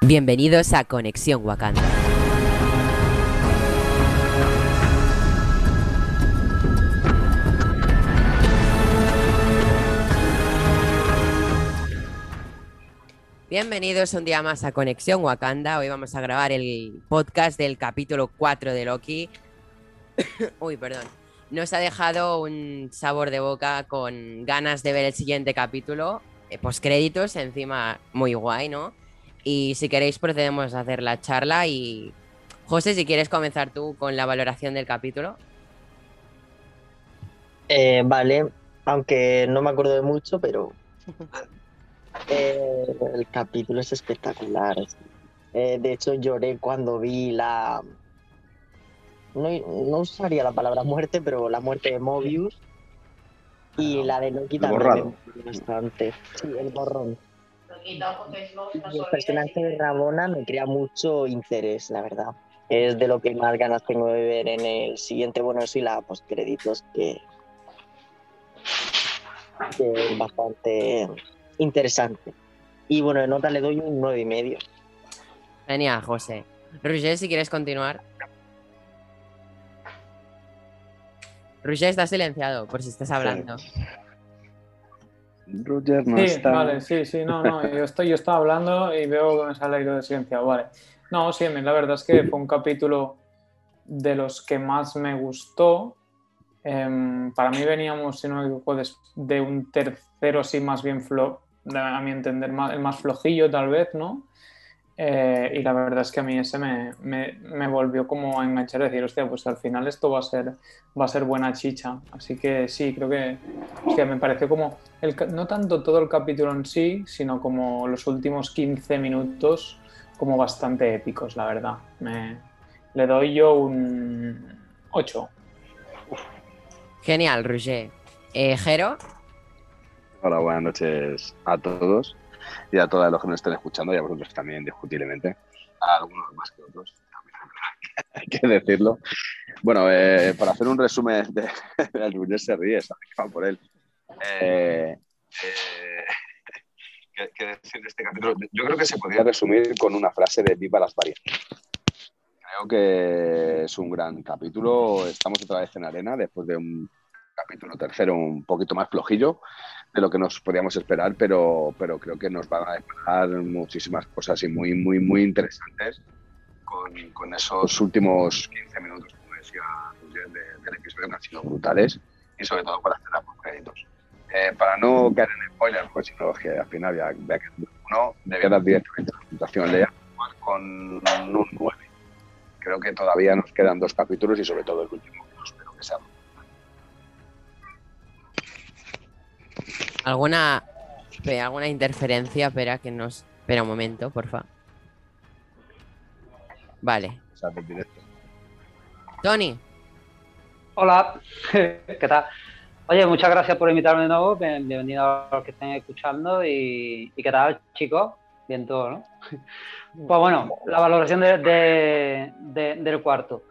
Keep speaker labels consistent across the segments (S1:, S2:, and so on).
S1: Bienvenidos a Conexión Wakanda. Bienvenidos un día más a Conexión Wakanda. Hoy vamos a grabar el podcast del capítulo 4 de Loki. Uy, perdón. Nos ha dejado un sabor de boca con ganas de ver el siguiente capítulo. Eh, Postcréditos, encima muy guay, ¿no? Y si queréis procedemos a hacer la charla y... José, si quieres comenzar tú con la valoración del capítulo.
S2: Eh, vale, aunque no me acuerdo de mucho, pero eh, el capítulo es espectacular. Eh, de hecho, lloré cuando vi la... No, no usaría la palabra muerte, pero la muerte de Mobius y la de Loki
S3: El
S2: también
S3: borrado.
S2: me gustó bastante. Sí, el borrón. Y el personaje de
S4: personaje
S2: Rabona me crea mucho interés, la verdad. Es de lo que más ganas tengo de ver en el siguiente, bueno, eso y la postcréditos, que, que es bastante interesante. Y bueno, de nota le doy un 9,5. y medio.
S1: Genial, José. Roger, si quieres continuar. Roger está silenciado por si estás hablando.
S3: Roger no
S5: sí,
S3: está.
S5: vale, sí, sí, no, no, yo, estoy, yo estaba hablando y veo que me sale aire de silenciado, vale. No, sí, a mí la verdad es que fue un capítulo de los que más me gustó. Em, para mí veníamos, si no me equivoco, des- de, un tercero así más bien, flo- a mi entender, más, el más flojillo tal vez, ¿no? Eh, y la verdad es que a mí ese me, me- me volvió como a enganchar, a decir, hostia, pues al final esto va a ser, va a ser buena chicha. Así que sí, creo que Hostia, me pareció como, el ca- no tanto todo el capítulo en sí, sino como los últimos 15 minutos, como bastante épicos, la verdad. Me- le doy yo un 8.
S1: Genial, Roger. Eh, Jero,
S3: Hola, buenas noches a todos y a todos los que nos estén escuchando y a vosotros también, indiscutiblemente. A algunos más que otros, hay que decirlo. Bueno, eh, para hacer un resumen de, el Rubius se ríe, sabe que va por él. Eh, eh, ¿qué- qué decir de este capítulo? Yo creo que se podría resumir con una frase de Viva las variaciones. Creo que es un gran capítulo. Estamos otra vez en arena después de un capítulo tercero un poquito más flojillo, de lo que nos podíamos esperar, pero, pero creo que nos van a dejar muchísimas cosas y muy, muy, muy interesantes con, con esos últimos 15 minutos, como decía Roger, de- del episodio que han sido brutales y sobre todo para hacer las créditos. Eh, para no caer en spoilers, pues si no, que al final ya, ya que uno debía dar directamente la puntuación Lea con un 9. Creo que todavía nos quedan dos capítulos y sobre todo el último, que espero que sea
S1: alguna, eh, alguna interferencia, espera que nos. Espera un momento, porfa. Vale.
S3: empezar del directo.
S1: Tony,
S6: Hola, ¿qué tal? Oye, muchas gracias por invitarme de nuevo, bien- bienvenido a los que estén escuchando y, y ¿qué tal, chicos? Bien todo, ¿no? Pues bueno, la valoración de- de- de- del cuarto.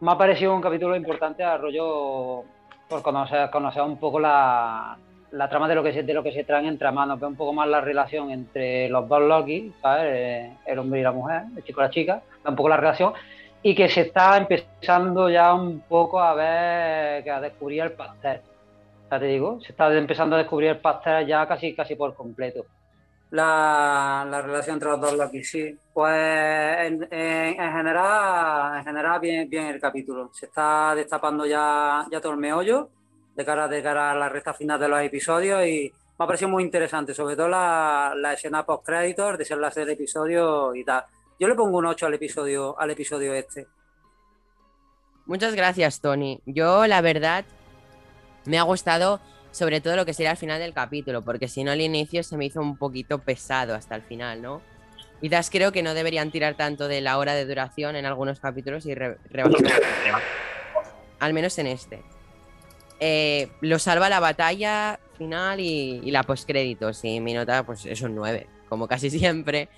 S6: Me ha parecido un capítulo importante a rollo por conocer, conocer un poco la, la trama de lo que se, de lo que se traen entre manos, ver un poco más la relación entre los dos Loki, ¿sabes? Eh, El hombre y la mujer, el chico y la chica, ver un poco la relación y que se está empezando ya un poco a ver, que a descubrir el pastel. Ya te digo, se está empezando a descubrir el pastel ya casi, casi por completo. La, la relación entre los dos Loki, sí. Pues en, en- en general, en general bien, bien el capítulo. Se está destapando ya, ya todo el meollo de cara, de cara a la recta final de los episodios y me ha parecido muy interesante, sobre todo la, la escena post-créditos, el desenlace del episodio y tal. Yo le pongo un 8 al episodio, al episodio este.
S1: muchas gracias, Tony. Yo, la verdad, me ha gustado sobre todo lo que será al final del capítulo, porque si no, al inicio se me hizo un poquito pesado hasta el final, ¿no? Quizás creo que no deberían tirar tanto de la hora de duración en algunos capítulos y re- rebajar. al menos en este. Eh, lo salva la batalla final y, y la postcréditos. Y mi nota, pues es un 9, como casi siempre.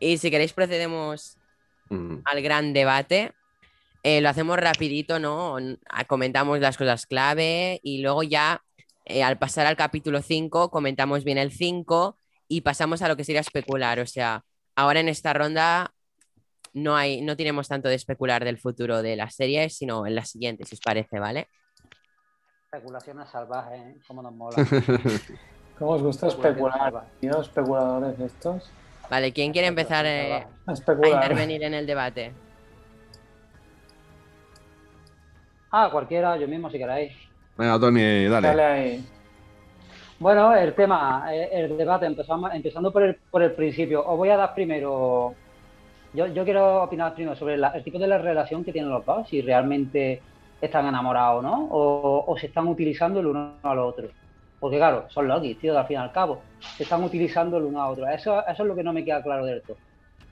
S1: Y si queréis, procedemos al gran debate. Eh, lo hacemos rapidito, ¿no? N- ah, Comentamos las cosas clave y luego ya, eh, al pasar al capítulo 5, comentamos bien el 5 y pasamos a lo que sería especular, o sea, ahora en esta ronda no, hay, no tenemos tanto de especular del futuro de las series, sino en la siguiente, si os parece, ¿vale?
S6: Especulaciones salvajes, ¿eh? ¿Cómo nos mola?
S5: ¿Cómo os gusta especular? Dios, especuladores estos.
S1: Vale, ¿quién quiere empezar eh,
S5: A
S1: a
S5: especular.
S1: intervenir en el debate?
S6: Ah, cualquiera, yo mismo si queréis.
S3: Venga, Tony, dale.
S5: Dale ahí.
S6: Bueno, el tema, eh, el debate, empezamos, empezando por el, por el principio. Os voy a dar primero, yo, yo quiero opinar primero sobre la- el tipo de la relación que tienen los dos, si realmente están enamorados o no, o, o se están utilizando el uno al otro. Porque claro, son Loki, tío, al fin y al cabo, se están utilizando el uno a otro. Eso, eso es lo que no me queda claro del todo.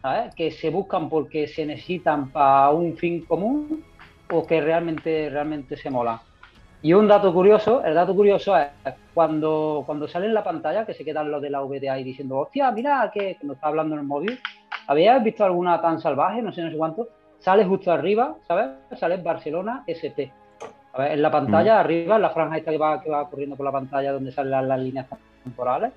S6: ¿Sabes? Que se buscan porque se necesitan para un fin común o que realmente, realmente se molan. Y un dato curioso, el dato curioso es cuando, cuando sale en la pantalla, que se quedan los de la VTA ahí diciendo, hostia, mira que nos está hablando en el móvil. ¿Habías visto alguna tan salvaje? No sé, no sé cuánto. Sale justo arriba, ¿sabes? Sale Barcelona ST. A ver, en la pantalla, arriba, en la franja esta que va, que va corriendo por la pantalla donde salen las, las líneas temporales,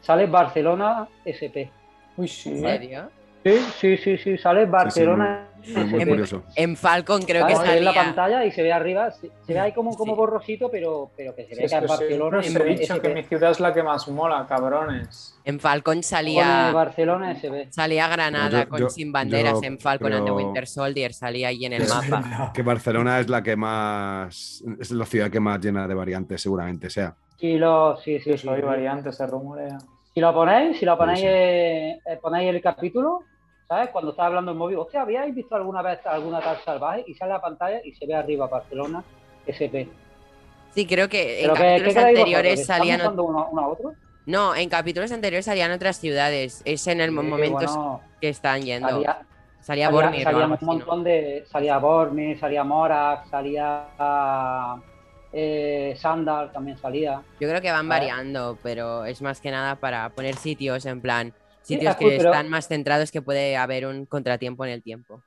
S6: sale Barcelona SP.
S5: Uy, sí.
S1: ¿En
S5: ¿eh?
S1: serio?
S6: Sí, sí, sí, sí, sale Barcelona
S1: muy
S3: Muy
S1: Em-
S6: SP.
S3: curioso.
S1: En Falcon creo que
S6: Claro, se ve en la
S1: salía.
S6: pantalla y se ve arriba, se, se ve ahí como, como
S1: Sí.
S6: borrosito, pero, pero que se
S5: Sí,
S6: ve
S5: es
S6: que es
S5: que siempre
S6: Barcelona.
S5: os he dicho
S6: SP.
S5: que mi ciudad es la que más mola, cabrones.
S1: En Falcon
S6: Pone
S1: salía.
S6: Barcelona SP.
S1: Salía Granada
S3: No, yo-
S1: con
S3: yo-
S1: Sin Banderas
S3: yo
S1: en Falcon and the
S3: creo-
S1: Winter Soldier, salía ahí en el
S3: Es-
S1: mapa.
S3: Que Barcelona es la que más. Es la ciudad que más llena de variantes, seguramente sea.
S6: Y lo, sí, sí,
S5: Yo
S6: sí.
S5: soy variante, se rumorea.
S6: Si lo ponéis, si lo ponéis,
S3: Sí, sí.
S6: eh, eh, ponéis el capítulo, ¿sabes? Cuando está hablando el móvil, hostia, ¿habíais visto alguna vez alguna tal salvaje? Y sale a la pantalla y se ve arriba Barcelona SP.
S1: Sí, creo que en
S6: Pero que,
S1: capítulos
S6: ¿qué creéis vosotros?
S1: anteriores
S6: ¿Están
S1: salían.
S6: buscando uno, uno a otro?
S1: No, en capítulos anteriores salían otras ciudades. Es en el
S6: Sí,
S1: momento
S6: bueno,
S1: que están yendo. Salía,
S6: salía,
S1: Bormir. o
S6: salía, salía
S1: algo
S6: un
S1: así, ¿no?
S6: montón de... Salía Bormir, salía Morak, salía... Eh, Sandal también salía.
S1: Yo creo que van
S6: Vale.
S1: variando, pero es más que nada para poner sitios en plan.
S6: Sí,
S1: Sitios
S6: ah,
S1: que
S6: pero-
S1: están más centrados que puede haber un contratiempo en el tiempo.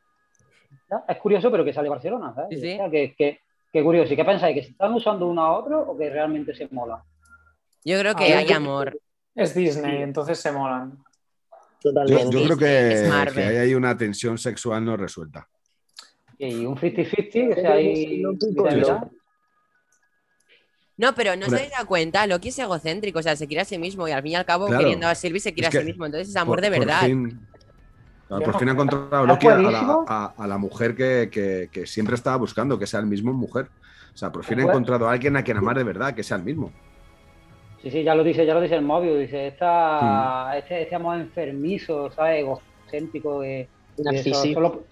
S6: ¿Ya? Es curioso, pero que sale Barcelona, ¿sabes?
S1: Sí, sí.
S6: O sea, que, que- que curioso. ¿Y qué pensáis? ¿Que se están usando uno a otro o que realmente se mola?
S1: Yo creo
S5: Ah,
S1: que
S5: yo
S1: hay
S5: creo-
S1: amor.
S5: Es Disney, entonces se molan.
S3: Yo,
S2: Totalmente.
S3: yo creo
S1: Es
S3: que,
S1: Marvel.
S3: que ahí hay una tensión sexual no resuelta.
S6: Y un 50-50, que sea ahí.
S2: Loki
S6: de
S2: con
S6: verdad.
S2: Loki.
S1: No, pero no
S3: Hombre.
S1: se da cuenta, Loki es egocéntrico, o sea, se quiere a sí mismo y al fin y al cabo,
S3: Claro.
S1: queriendo a Sylvie, se quiere
S3: Es
S1: a
S3: que
S1: sí mismo. Entonces es amor
S3: Por-
S1: de verdad.
S3: Por fin,
S4: Ah,
S3: claro, por fin ha encontrado
S6: Es
S3: Loki a la,
S6: buenísimo.
S3: a- a la mujer que, que- que siempre estaba buscando, que sea el mismo mujer. O sea, por fin ha
S6: Bueno.
S3: encontrado a alguien a quien amar de verdad, que sea el mismo.
S6: Sí, sí, ya lo dice, ya lo dice el móvil. Dice, esta,
S5: Mm.
S6: este, este amor enfermizo, ¿sabes? Egocéntrico, que, que solo-
S2: Narcisista.
S6: solo,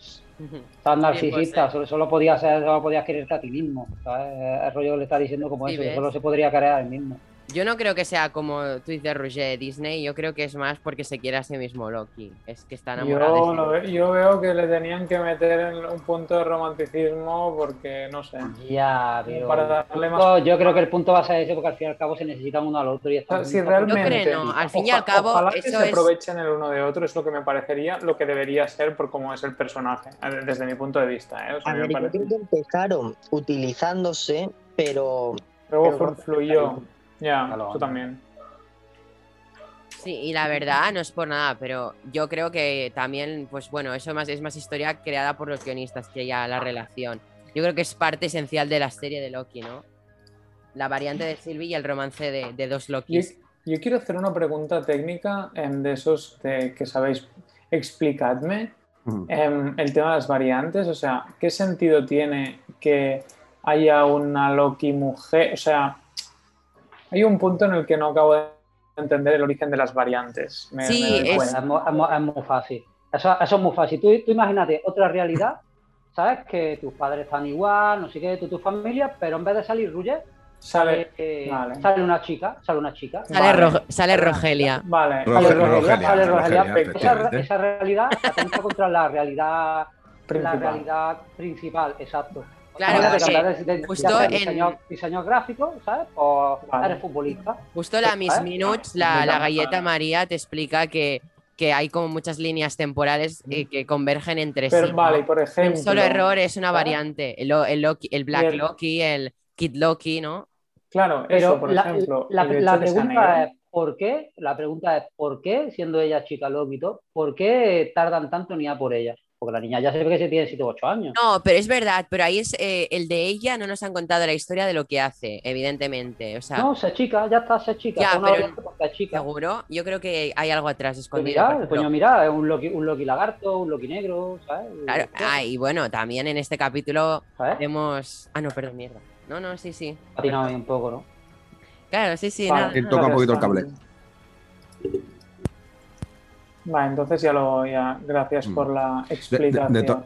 S6: tan
S1: Bien,
S6: narcisista,
S1: pues,
S6: solo, solo podías ser, solo podías quererte a ti mismo. ¿sabes? El rollo que le está diciendo como
S1: Sí,
S6: eso, que
S1: ¿ves?
S6: solo se podría querer a él mismo.
S1: Yo no creo que sea como Twitter de Roger Disney, yo creo que es más porque se quiere a sí mismo Loki. Es que está enamorado. de
S5: Yo,
S1: sí
S5: lo
S1: mismo.
S5: ve- yo veo que le tenían que meter en un punto de romanticismo porque, no sé,
S6: Ya, pero.
S5: para darle más...
S6: No, yo creo que el punto va a ser ese porque al fin y al cabo se necesitan uno al otro y
S5: O sea,
S6: están
S5: si
S6: juntos.
S5: realmente,
S1: Yo creo no, al fin y
S5: oja-
S1: al cabo,
S5: ojalá que
S1: eso
S5: se
S1: es-
S5: aprovechen el uno de otro, es lo que me parecería, lo que debería ser por cómo es el personaje, a ver, desde mi punto de vista. ¿eh? O sea,
S2: A
S5: a mí me
S2: ver, yo
S5: parece-
S2: creo que empezaron utilizándose, pero
S5: Luego
S2: pero
S5: fue-
S2: cuando-
S5: fluyó. Ya,
S6: Claro,
S5: tú
S6: vale.
S5: también.
S1: Sí, y la verdad no es por nada, pero yo creo que también, pues bueno, eso más, es más historia creada por los guionistas que ya la relación. Yo creo que es parte esencial de la serie de Loki, ¿no? La variante de Sylvie y el romance de, de dos
S5: Yo,
S1: Lokis.
S5: yo quiero hacer una pregunta técnica em, de esos de- que sabéis. Explicadme
S3: Ujú.
S6: Eh.
S5: em, el tema de las variantes, o sea, ¿qué sentido tiene que haya una Loki mujer? O sea, hay un punto en el que no acabo de entender el origen de las variantes. Me-
S1: Sí,
S5: me doy
S1: es-
S5: cuenta.
S6: Ah, Es, mu- es mu- es muy fácil. Eso, eso es muy fácil. Tú, tú imagínate otra realidad, ¿sabes? Que tus padres están igual, no sé qué, tú, tu familia, pero en vez de salir Ruller,
S5: Sale.
S6: eh,
S5: vale.
S6: sale una chica, sale una chica.
S1: Sale,
S5: Vale.
S1: Ro- sale Rogelia.
S5: Vale.
S3: Roge-
S5: Vale,
S3: Rogelia,
S5: Rogelia,
S6: sale
S3: Rogelia,
S6: Rogelia. Esa,
S3: efectivamente.
S6: esa realidad atenta contra la realidad, la
S5: principal.
S6: realidad principal, exacto.
S1: Claro,
S6: Imagínate
S1: porque
S6: que en vez de- de- de
S1: justo
S6: hacer
S1: en-
S6: diseño, diseño gráfico, ¿sabes? Pues
S5: Vale.
S6: eres futbolista.
S1: Justo la Miss
S6: ¿Eh?
S1: Minutes, la, la
S5: Venga,
S1: galleta
S5: vale.
S1: María, te explica que, que hay como muchas líneas temporales eh, que convergen entre
S5: Mm. Pero
S1: sí. ¿no?
S5: vale, y por
S1: Un
S5: ejemplo.
S1: solo error es una
S5: ¿Ah?
S1: variante. El, lo- el Loki- el Black
S5: Bien.
S1: Loki, el Kid Loki, ¿no?
S5: Claro,
S6: Pero
S5: eso, por
S6: la,
S5: ejemplo.
S6: la-
S5: el hecho
S6: la
S5: de que sea
S6: pregunta
S5: negro.
S6: es, ¿por qué? La pregunta es, ¿por qué, siendo ella chica Loki y todo, ¿por qué tardan tanto en ir a por ella? Porque la niña ya se ve que se tiene 7 u 8 años.
S1: No, pero es verdad, pero ahí es eh, el de ella, no nos han contado la historia de lo que hace, evidentemente. O sea,
S6: No, se chica, ya está, se chica.
S1: Ya,
S6: está una
S1: pero-
S6: variante porque es chica.
S1: seguro, yo creo que hay algo atrás
S6: Pues
S1: escondido. por
S6: mira,
S1: ejemplo.
S6: coño, mira, es un Loki, un Loki lagarto, un Loki negro, ¿sabes?
S1: Claro,
S6: ¿Sabes?
S1: ah, y bueno, también en este capítulo
S6: ¿Sabes?
S1: vemos. Ah, no, perdón, mierda. No, no, sí, sí.
S6: Patinado ahí un poco, ¿no?
S1: Claro, sí, sí.
S5: Vale.
S1: nada,
S4: Eh,
S1: nada.
S4: toca un poquito el cable.
S5: Vale, entonces ya lo ya, gracias
S4: Mm.
S5: por la
S4: De, de- de
S5: explicación.
S4: to-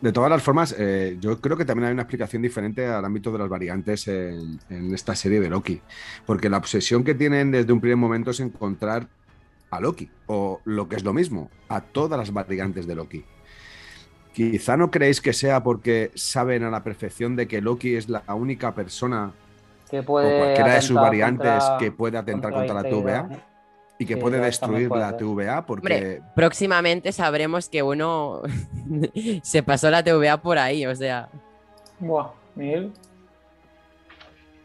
S4: de todas las formas, eh, yo creo que también hay una explicación diferente al ámbito de las variantes en, en esta serie de Loki. Porque la obsesión que tienen desde un primer momento es encontrar a Loki, o lo que es lo mismo, a todas las variantes de Loki. Quizá no creéis que sea porque saben a la perfección de que Loki es la única persona
S6: Que
S4: o
S6: puede
S4: Pues cualquiera de sus
S6: atentar
S4: variantes
S6: contra-
S4: que puede atentar
S6: contra
S4: contra la
S6: integridad,
S4: TVA
S6: ¿eh?
S4: y que
S6: Sí,
S4: puede
S6: eso
S4: destruir
S6: también
S4: la TVA porque
S1: Hombre, próximamente sabremos que uno se pasó la TVA por ahí, o sea.
S5: Buah, Miguel.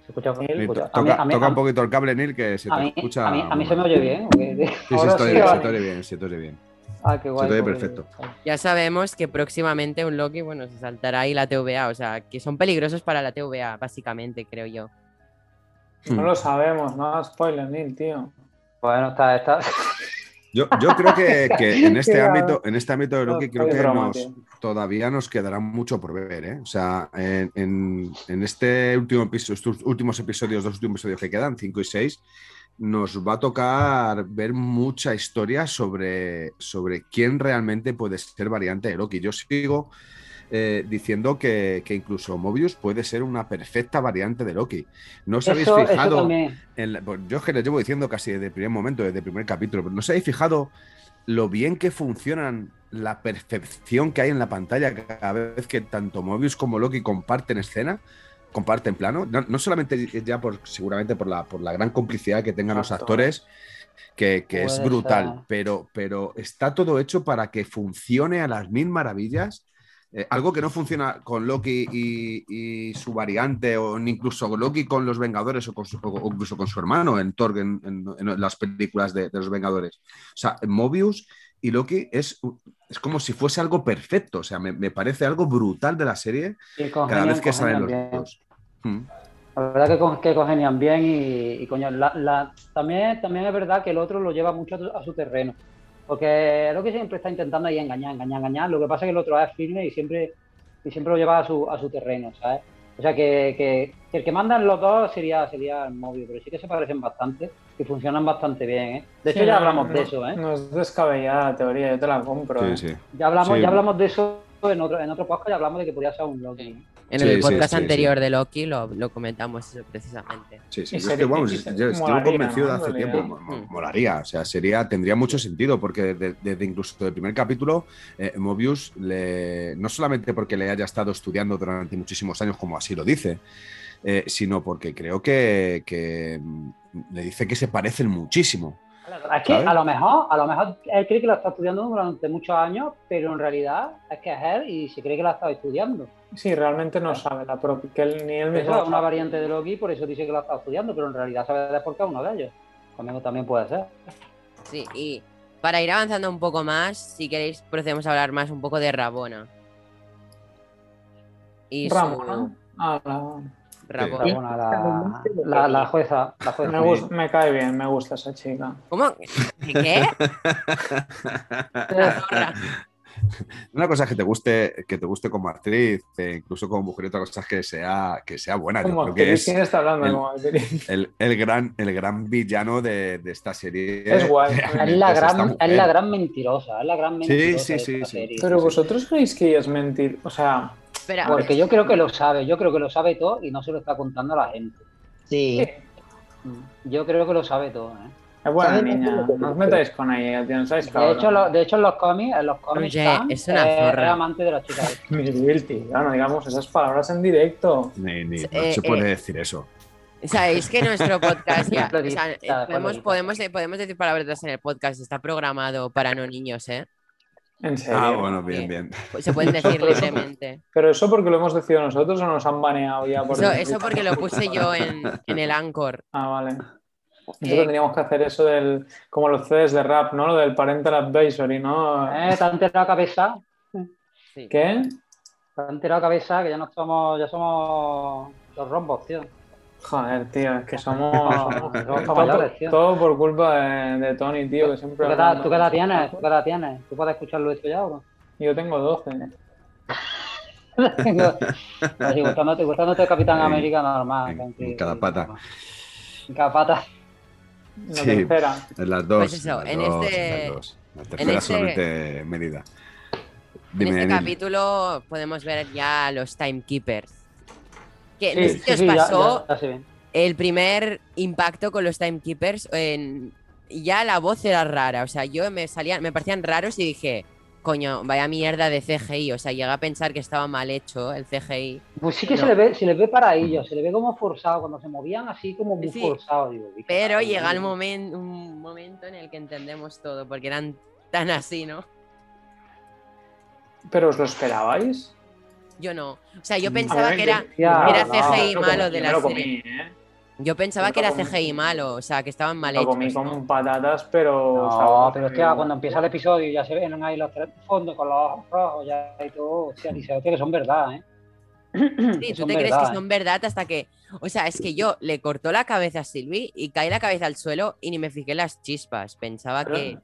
S6: Se escucha
S5: Miguel,
S4: Mira,
S6: escucha. pues, A
S4: to-
S6: mí-
S4: toca,
S6: a mí-
S4: toca
S6: a
S4: un
S6: mí-
S4: poquito el cable, Neil, que se te
S6: a mí-
S4: escucha.
S6: A mí, a mí se me
S4: muy
S6: oye bien. ¿ok?
S4: Sí, sí,
S5: Ahora
S4: estoy
S5: sí,
S4: bien,
S5: ahora
S4: se te
S5: sí.
S4: oye bien, se te oye bien.
S6: Ah, qué guay.
S4: Se te oye
S6: porque-
S4: perfecto.
S1: Ya sabemos que próximamente un Loki, bueno, se saltará ahí la TVA, o sea, que son peligrosos para la TVA, básicamente, creo yo.
S5: No
S4: Mm. Hmm.
S5: lo sabemos, no hagas spoiler, Neil, tío.
S6: Bueno, está, está.
S4: Yo, yo creo que, que en este
S5: Qué grave.
S4: ámbito, en este ámbito de Loki,
S5: No,
S4: creo
S5: es
S4: que
S5: broma,
S4: nos,
S5: tío.
S4: todavía nos quedará mucho por ver, ¿eh? O sea, en, en- en este último episodio, estos últimos episodios, dos últimos episodios que quedan, 5 y 6, nos va a tocar ver mucha historia sobre, sobre quién realmente puede ser variante de Loki. Yo sigo eh, diciendo que, que incluso Mobius puede ser una perfecta variante de Loki. ¿No os habéis
S6: Eso, eso
S4: fijado?
S6: también.
S4: en la- pues yo es que les llevo diciendo casi desde el primer momento, desde el primer capítulo, pero ¿no os habéis fijado lo bien que funcionan la percepción que hay en la pantalla cada vez que tanto Mobius como Loki comparten escena? comparten plano, no, no solamente ya por seguramente por la, por la gran complicidad que tengan los
S5: Exacto.
S4: actores, que, que es
S6: Puede
S4: brutal,
S6: ser.
S4: pero, pero está todo hecho para que funcione a las mil maravillas. Eh, algo que no funciona con Loki y, y su variante, o ni incluso con Loki con los Vengadores o, con su- o incluso con su hermano en Thor, en, en- en las películas de, de los Vengadores. O sea, Mobius y Loki es, es como si fuese algo perfecto. O sea, me, me parece algo brutal de la serie
S6: Sí,
S4: cada
S6: congenian-
S4: vez que salen los
S6: congenian bien.
S4: dos. Mm.
S6: La verdad que, con- que congenian bien y, y coño, la- la- también, también es verdad que el otro lo lleva mucho a tu- a su terreno. Porque lo que siempre está intentando ahí engañar, engañar, engañar. Lo que pasa es que el otro es firme y siempre, y siempre lo lleva a su, a su terreno, ¿sabes? O sea que, que- que el que mandan los dos sería, sería el móvil, pero sí que se parecen bastante y funcionan bastante bien, ¿eh? De hecho,
S5: Sí,
S6: ya
S5: no,
S6: hablamos
S5: no,
S6: de eso, ¿eh?
S5: No es descabellada la teoría, yo te la compro. eh.
S4: Sí, sí.
S6: Ya hablamos,
S4: Sí.
S6: ya hablamos de eso en otro, en otro podcast, ya hablamos de que podría ser un Loki.
S1: Sí. En
S4: Sí,
S1: el
S4: sí,
S1: podcast
S4: sí,
S1: anterior de Loki lo, lo comentamos eso precisamente.
S4: Sí, sí,
S5: Y
S4: yo
S5: sería-
S4: es que, vamos,
S5: y
S4: yo
S5: se-
S4: estuve
S5: molaría,
S4: convencido
S5: ¿no?
S4: de hace
S5: En
S4: tiempo,
S5: realidad.
S4: mo-
S1: Mm.
S4: mo- molaría, o sea, sería, tendría mucho sentido, porque desde, desde incluso el primer capítulo, eh, Mobius, le- no solamente porque le haya estado estudiando durante muchísimos años, como así lo dice, eh, sino porque creo que, que, mm, le dice que se parecen muchísimo.
S6: Es que
S4: ¿Sabes?
S6: a lo mejor, a lo mejor él cree que lo está estudiando durante muchos años, pero en realidad es que es él y se cree que lo ha estado estudiando.
S5: Sí, realmente no sabe la propia, que él, ni él
S6: Eso
S5: mismo.
S6: es una
S5: sabe.
S6: variante de Loki, por eso dice que lo ha estado estudiando, pero en realidad sabe de por qué uno de ellos. Conmigo también puede ser.
S1: Sí, y para ir avanzando un poco más, si queréis, procedemos a hablar más un poco de Rabona. Y su-
S5: Ramona. Ah, la-
S1: Rabona.
S6: Pero bueno, la, la- la jueza, la
S5: me,
S6: jueza.
S5: gus- me cae bien, me gusta esa chica.
S1: ¿Cómo? ¿Qué? La zorra.
S4: Una cosa es que te guste, que te guste como actriz, eh, incluso como mujer, y otra cosa es que sea, que sea buena. Yo
S5: Como
S4: creo que
S5: actriz,
S4: es
S5: ¿quién está hablando?
S4: el-
S5: Como actriz?
S4: el, el gran, el gran villano de, de esta serie.
S5: Es guay.
S6: Es la,
S4: Realmente esta
S6: gran,
S4: mujer.
S6: es la gran mentirosa, es la gran
S4: Sí,
S6: mentirosa.
S4: sí,
S6: de
S4: sí,
S6: esta
S4: sí.
S6: serie.
S5: Pero vosotros creéis que ella es mentir. O sea,
S1: Espera,
S6: Porque yo creo que lo sabe, yo creo que lo sabe todo y no se lo está contando a la gente.
S2: Sí.
S6: Yo creo que lo sabe todo, ¿eh.
S5: es buena
S2: ¿Sabes?
S5: niña. No os metáis con ella, tío. No sabéis
S6: De hecho,
S5: cabrón.
S6: lo- de hecho, en los cómics, en los cómics
S1: Oye,
S6: Sam,
S1: es una
S6: eh,
S1: zorra.
S6: era amante de las chicas.
S5: Miguel, tío, no digamos esas palabras en directo.
S4: Ni, ni- no
S1: Eh,
S4: se puede decir eso.
S1: sabéis que nuestro podcast ya,
S6: Lo
S1: o sea, eh,
S6: dices, claro,
S1: podemos,
S6: lo
S1: podemos, eh, podemos decir palabras en el podcast, está programado para no niños, ¿eh? Pues
S5: En serio.
S4: Ah, bueno, bien, bien.
S1: Se pueden decir libremente.
S5: Pero eso porque lo hemos decidido nosotros o nos han baneado ya por
S1: Eso,
S5: decir-
S1: eso porque lo puse yo en, en el Anchor.
S5: Ah, vale. Nosotros
S1: Eh,
S5: teníamos que hacer eso del, como los CDs de rap, ¿no? Lo del parental advisory, ¿no?
S6: ¿Eh? ¿Te ha enterado cabeza?
S1: Sí.
S5: ¿Qué?
S6: ¿Te ha enterado cabeza que ya no somos, ya somos los rombos, tío?
S5: Joder, tío, es que somos... somos
S6: Somos
S5: todo,
S6: mayores, tío.
S5: todo por culpa de, de Tony, tío, que siempre...
S6: ¿Tú qué edad,
S5: hablando.
S6: tú qué edad tienes? ¿Tú qué edad tienes? ¿Tú puedes escucharlo esto ya o
S5: Yo tengo 12.
S6: no? Así, pues gustándote, gustándote el Capitán
S1: Eh,
S4: En-
S6: América normal.
S4: en
S6: tranquilo.
S4: cada pata.
S6: En cada pata.
S5: La
S4: Sí.
S5: tercera.
S4: En las dos.
S1: Pues eso,
S4: en las
S1: en
S4: dos,
S1: este-
S4: en las dos. La tercera
S1: este-
S4: solamente medida.
S1: En
S4: Dime,
S1: este
S4: Enid.
S1: capítulo podemos ver ya a los timekeepers. Que no
S6: Sí,
S1: sé si
S6: sí,
S1: este os
S6: sí, ya-
S1: pasó
S6: ya- ya se ve.
S1: el primer impacto con los timekeepers. En... Ya la voz era rara. O sea, yo me salían, me parecían raros y dije, coño, vaya mierda de CGI. O sea, llegué a pensar que estaba mal hecho el CGI.
S6: Pues sí que
S1: No.
S6: se le ve, se le ve paraillo, se le ve como forzado, cuando se movían así como muy
S1: Sí.
S6: forzado, digo. "Uy,
S1: Pero
S6: caray".
S1: llega el momento, un momento en el que entendemos todo, porque eran tan así, ¿no?
S5: ¿Pero os lo esperabais?
S1: Yo no. O sea, yo
S5: Mm.
S1: pensaba que era.
S6: Ya,
S1: era
S6: no,
S1: CGI
S5: yo me lo
S1: malo de
S5: comí,
S1: la
S5: me lo
S1: serie.
S5: comí, ¿eh?
S1: Yo pensaba
S5: Yo
S1: que era
S5: lo comí.
S1: CGI malo, o sea, que estaban mal
S5: Lo
S1: hechos.
S5: comí
S1: ¿no?
S5: con patatas, pero.
S6: No,
S5: estaba-
S6: pero es que ahora cuando empieza el episodio y ya se ven ahí los tres fondos con los ojos rojos ya y todo, hostia, dice, hostia, que son verdad, ¿eh?
S1: Sí,
S6: Que
S1: tú
S6: son
S1: te crees
S6: verdad, ¿eh?
S1: que son verdad hasta que. O sea, es que yo le cortó la cabeza a Silvi y caí la cabeza al suelo y ni me fijé las chispas. Pensaba
S5: Pero-
S1: que,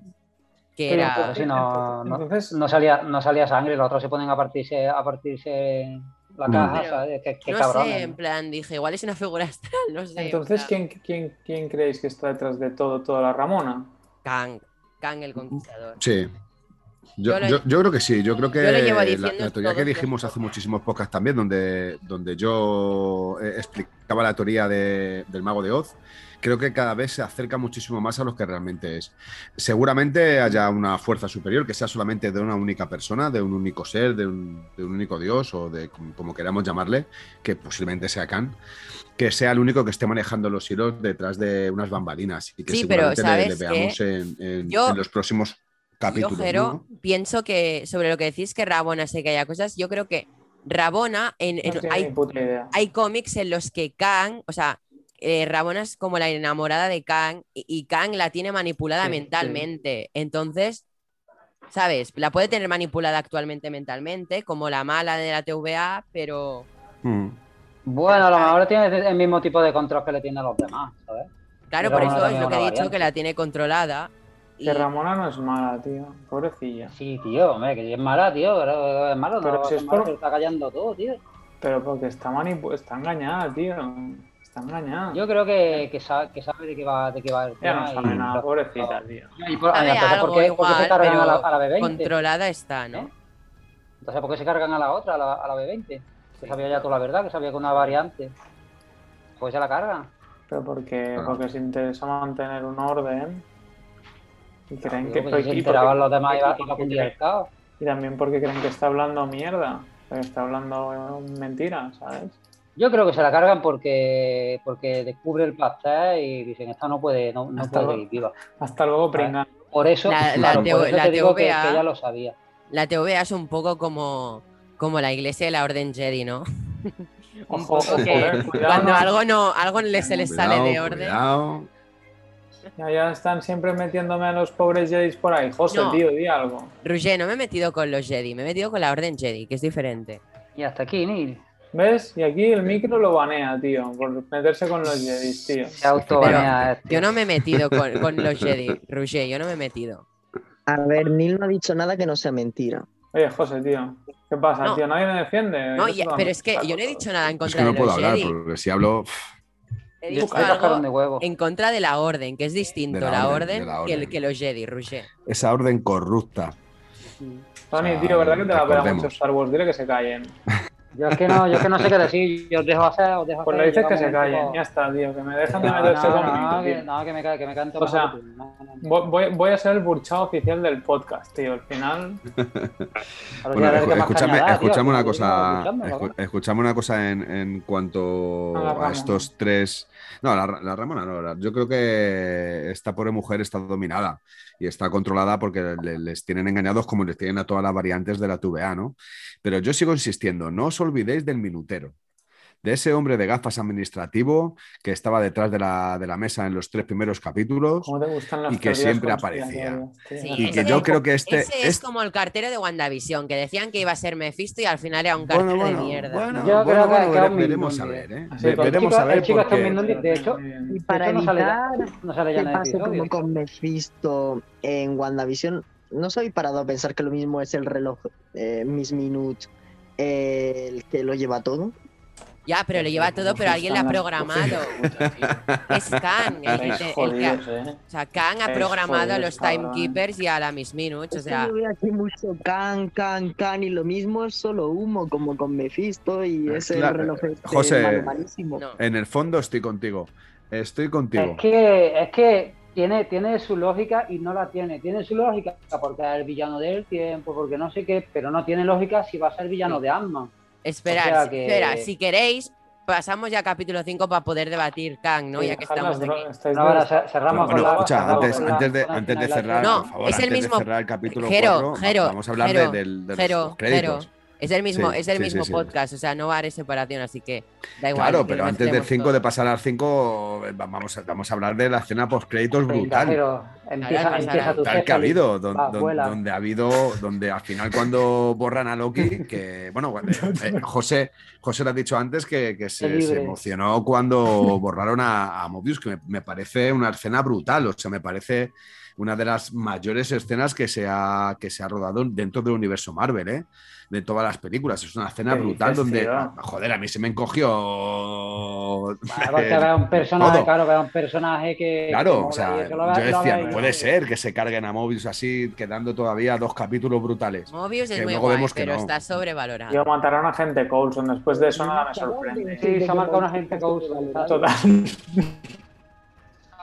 S1: que
S5: pero
S6: Pero
S1: era.
S6: si no, no,
S5: Entonces-
S6: no salía, no salía sangre, los otros se ponen a partirse, a partirse la
S4: Mm.
S6: caja,
S1: Pero,
S6: ¿sabes? Qué, qué
S1: no
S6: cabrones,
S1: sé,
S6: ¿no?
S1: en plan, dije, igual es una figura astral, no sé. en
S5: Entonces,
S1: plan,
S5: ¿quién, quién, ¿quién creéis que está detrás de todo, toda la Ramona?
S1: Kang, Kang el conquistador.
S4: Sí. Yo,
S1: Yo lo-
S4: yo- yo creo que sí, yo creo que
S1: Yo lo llevo
S4: la-
S1: diciendo
S4: la, teoría
S1: todo
S4: que
S1: el
S4: dijimos
S1: tiempo.
S4: hace muchísimos podcasts también, donde, donde yo eh, explicaba la teoría de- del mago de Oz, creo que cada vez se acerca muchísimo más a lo que realmente es. Seguramente haya una fuerza superior que sea solamente de una única persona, de un único ser, de un, de un único dios o de como como queramos llamarle, que posiblemente sea Khan, que sea el único que esté manejando los hilos detrás de unas bambalinas y que
S1: Sí, pero
S4: seguramente le- le,
S1: ¿sabes qué?
S4: veamos en, en-
S1: Yo-
S4: en los próximos capítulos.
S1: yo, Jero,
S4: ¿no?
S1: pienso que sobre lo que decís que Rabona sé que haya cosas, yo creo que Rabona, en, en-
S5: No tengo ni
S1: hay,
S5: puta idea.
S1: hay cómics en los que Kang, o sea, eh, Rabona es como la enamorada de Kang y, y Kang la tiene manipulada
S5: Sí, sí.
S1: mentalmente. Entonces, ¿sabes? La puede tener manipulada actualmente mentalmente, como la mala de la TVA, pero
S4: Mm.
S6: Bueno, a lo mejor tiene el mismo tipo de control que le tienen a los demás, ¿sabes?
S1: claro,
S6: Pero
S1: por eso
S6: Ramona
S1: es
S6: también
S1: lo
S6: es
S1: que he
S6: una
S1: dicho,
S6: variante.
S1: que la tiene controlada. y-
S5: Que Ramona no es mala, tío. Pobrecilla.
S6: Sí, tío, hombre, que si es mala, tío, pero es malo,
S5: Pero
S6: no,
S5: si
S6: es
S5: es
S6: malo,
S5: por-
S6: se está callando todo, tío.
S5: Pero porque está manipu está engañada, tío. Está engañada.
S6: Yo creo que, que, sabe, que sabe de qué va, de qué va el
S5: Ella no
S6: tema.
S5: sabe
S6: y-
S5: nada, pobrecita, tío.
S6: y por-
S1: Sabe
S6: ah, entonces,
S1: algo
S6: ¿por qué, por qué
S1: igual,
S6: se cargan a la,
S1: pero
S6: a la B20?
S1: Controlada está, ¿no?
S6: ¿Eh? Entonces, ¿por qué se cargan a la otra, a la, a la B20? Que sabía ya toda la verdad, que sabía que una variante. Pues se la cargan.
S5: Pero porque,
S4: Ah.
S5: porque se interesa mantener un orden. Y creen
S6: Digo,
S5: que.
S6: pues si se
S5: y porque-
S6: enteraban los demás iba,
S5: porque
S6: iba a cundir
S5: creen-
S6: el caos.
S5: Y también porque creen que está hablando mierda. Porque está hablando eh, mentiras, ¿sabes?
S6: Yo creo que se la cargan porque, porque descubre el pastel y dicen, esta no puede, no, no
S5: Hasta
S6: puede
S5: luego.
S6: ir viva.
S5: Hasta luego, pringa.
S6: Por eso,
S1: La- la
S6: claro, por
S1: teo-
S6: eso
S1: la
S6: te digo que,
S1: TVA.
S6: que ella lo sabía.
S1: La TVA es un poco como, como la iglesia de la Orden Jedi, ¿no? un
S5: Ojo,
S1: poco
S5: ojo,
S1: que
S5: eh, cuidado,
S1: Cuando
S5: no.
S1: algo no, algo le- se les
S4: Cuidado,
S1: sale de orden.
S4: cuidado.
S5: Ya, ya están siempre metiéndome a los pobres Jedis por ahí. José,
S1: No.
S5: tío, di algo.
S1: Roger, no me he metido con los Jedi, me he metido con la Orden Jedi, que es diferente.
S6: Y hasta aquí, ni
S5: ¿Ves? Y aquí el micro lo banea, tío, por meterse con los Jedis, tío.
S6: se autobanea este.
S1: Yo no me he metido con, con los Jedi, Roger, yo no me he metido.
S2: A ver, Neil no ha dicho nada que no sea mentira.
S5: Oye, José, tío, ¿qué pasa,
S1: No.
S5: tío? ¿Nadie me defiende?
S1: No,
S5: Yo
S1: ya-
S5: solo-
S1: pero es que
S5: saco
S1: yo no he
S5: todo.
S1: dicho nada en
S4: Es
S1: contra
S4: que no
S1: de
S4: puedo
S1: los
S4: hablar,
S1: Jedi.
S4: porque si hablo pf,
S1: He
S6: Yo
S1: dicho
S6: ahí rascaron
S1: algo
S6: de huevo.
S1: en contra de la Orden, que es distinto
S4: la
S1: la,
S4: Orden,
S1: orden,
S4: de la
S1: que el-
S4: Orden.
S1: Que, los Jedi, Roger.
S4: esa orden corrupta.
S5: Tony,
S4: Ah,
S5: tío, ¿verdad que te la pega
S4: recordemos.
S5: mucho Star Wars? Dile que se callen.
S6: Yo es que no, yo es que no sé qué decir, yo os dejo hacer, os dejo
S5: Pues le
S6: hacer,
S5: dices
S6: llega
S5: que
S6: un
S5: se
S6: momento
S5: callen,
S6: como-
S5: ya está, tío, que me dejan de
S6: No,
S5: meterse
S6: no,
S5: conmigo,
S6: no, que,
S5: tío.
S6: no, que me, ca- que me canto
S5: O
S6: más
S5: sea,
S6: que tú. No, no, no.
S5: Voy, voy- voy a ser el burchado oficial del podcast, tío. Al final,
S6: Ahora
S4: Bueno,
S6: sí, a ver
S4: escu-
S6: Pues qué más
S4: escúchame,
S6: caña da, tío.
S4: escúchame una
S6: Yo estaba
S4: cosa.
S6: escuchando,
S4: escu-
S6: cabrón.
S4: Escuchame una cosa en, en cuanto
S5: A la
S4: a
S5: Ramona.
S4: estos tres. No, la, la Ramona no. la- yo creo que esta pobre mujer está dominada y está controlada porque le- les tienen engañados como les tienen a todas las variantes de la TVA, ¿no? Pero yo sigo insistiendo, no os olvidéis del minutero. de ese hombre de gafas administrativo que estaba detrás de la, de la mesa en los tres primeros capítulos.
S5: ¿Cómo te gustan las
S4: Y que
S5: teorías
S4: siempre aparecía.
S5: conspiratorias, tío?
S1: Sí,
S4: Y que
S1: ese
S4: yo
S1: es-
S4: creo que este-
S1: Ese es
S4: este-
S1: como el cartero de WandaVision, que decían que iba a ser Mephisto y al final era un
S4: Bueno,
S1: cartero
S4: bueno,
S1: de mierda.
S4: bueno,
S6: Yo creo
S4: bueno,
S6: que ha
S4: bueno,
S6: quedado
S4: vere- veremos a
S6: Mindundie.
S4: ver, ¿eh?
S5: Así,
S4: Ve-
S5: con el
S4: Veremos
S6: chico-
S4: a ver
S6: el chico está
S4: porque-
S6: viendo- de hecho,
S2: Y
S6: De
S2: para
S6: hecho, no sale ya-
S2: evitar
S6: no sale ya
S2: que
S6: en el
S2: pase
S6: episodio.
S2: como con Mephisto en WandaVision, no soy parado a pensar que lo mismo es el reloj eh, Miss Minute eh, el que lo lleva todo.
S1: Ya, pero lo lleva todo, pero alguien le ha programado. Es Khan, el, que-
S5: Estáis
S1: el que ha-
S5: jodidos, eh.
S1: o sea, Khan ha
S5: Estáis
S1: programado a los
S5: jodidos, cabrón.
S1: timekeepers y a la Miss Minutes, o
S2: Es que
S1: sea,
S2: yo veo aquí mucho can, can, can y lo mismo es solo humo como con Mephisto y
S4: Eh,
S2: ese
S4: claro,
S2: reloj este
S4: José,
S2: malo, malísimo.
S1: no.
S4: En el fondo estoy contigo. Estoy contigo.
S6: Es que, es que tiene, tiene su lógica y no la tiene. Tiene su lógica porque es el villano del tiempo, porque no sé qué, pero no tiene lógica si va a ser villano de Ant-Man.
S1: Esperad,
S6: O sea que-
S1: espera, si queréis, pasamos ya a capítulo 5 para poder debatir Kang, ¿no?
S5: Sí,
S1: ya que
S5: dejad
S1: estamos
S5: las
S1: aquí.
S5: dro- estáis
S6: No, ahora
S5: drogas.
S6: cer- cerramos con
S4: Bueno,
S6: la
S4: escucha,
S6: cerramos
S4: antes,
S6: con la-
S4: antes de,
S6: con la
S4: antes de
S6: finalización.
S4: cerrar,
S1: No,
S4: por
S1: es
S4: favor,
S1: el
S4: antes de
S1: mismo-
S4: cerrar el capítulo
S1: Jero,
S4: cuatro, va-
S1: Jero,
S4: vamos a hablar
S1: Jero,
S4: de, del- de los
S1: Jero,
S4: créditos.
S1: Jero, Es el mismo,
S4: Sí,
S1: es el
S4: sí,
S1: mismo
S4: sí, sí.
S1: podcast, o sea, no va a haber separación, así que da igual.
S4: Claro,
S1: que
S4: pero
S1: lo
S4: antes del
S1: mezclemos
S4: 5,
S1: todo.
S4: de pasar al 5, vamos a, vamos a hablar de la escena post-créditos
S6: Venga,
S4: brutal.
S6: Jero, empieza,
S1: Ahora,
S6: empieza tu
S4: Tal que ha
S6: jefa y-
S4: habido, don-
S6: va,
S4: don-
S6: vuela.
S4: donde ha habido, donde al final cuando borran a Loki, que bueno, cuando- eh, José, José lo ha dicho antes que, que se,
S6: libre.
S4: se emocionó cuando borraron a, a Mobius, que me, me parece una escena brutal, o sea, me parece una de las mayores escenas que se ha, que se ha rodado dentro del universo Marvel, ¿eh? de todas las películas. Es una escena
S5: ¿Qué
S4: brutal
S5: dices,
S4: donde,
S5: tío?
S4: joder, a mí se me encogió
S6: Aparte, era un personaje,
S4: Todo.
S6: claro, era un personaje que.
S4: Claro,
S6: que mola
S4: o
S6: y
S4: sea,
S6: eso lo va-
S4: yo
S6: lo va
S4: decía,
S6: a
S4: no
S6: ver.
S4: puede ser que se carguen a Mobius así, quedando todavía dos capítulos brutales.
S1: Mobius es
S4: que
S1: muy
S4: luego
S1: guay,
S4: vemos que
S1: pero
S4: no.
S1: está sobrevalorado.
S5: Yo mataron a gente Coulson, después de eso nada me sorprende.
S6: Sí, se ha marcado una gente Coulson.
S5: Total.
S6: Se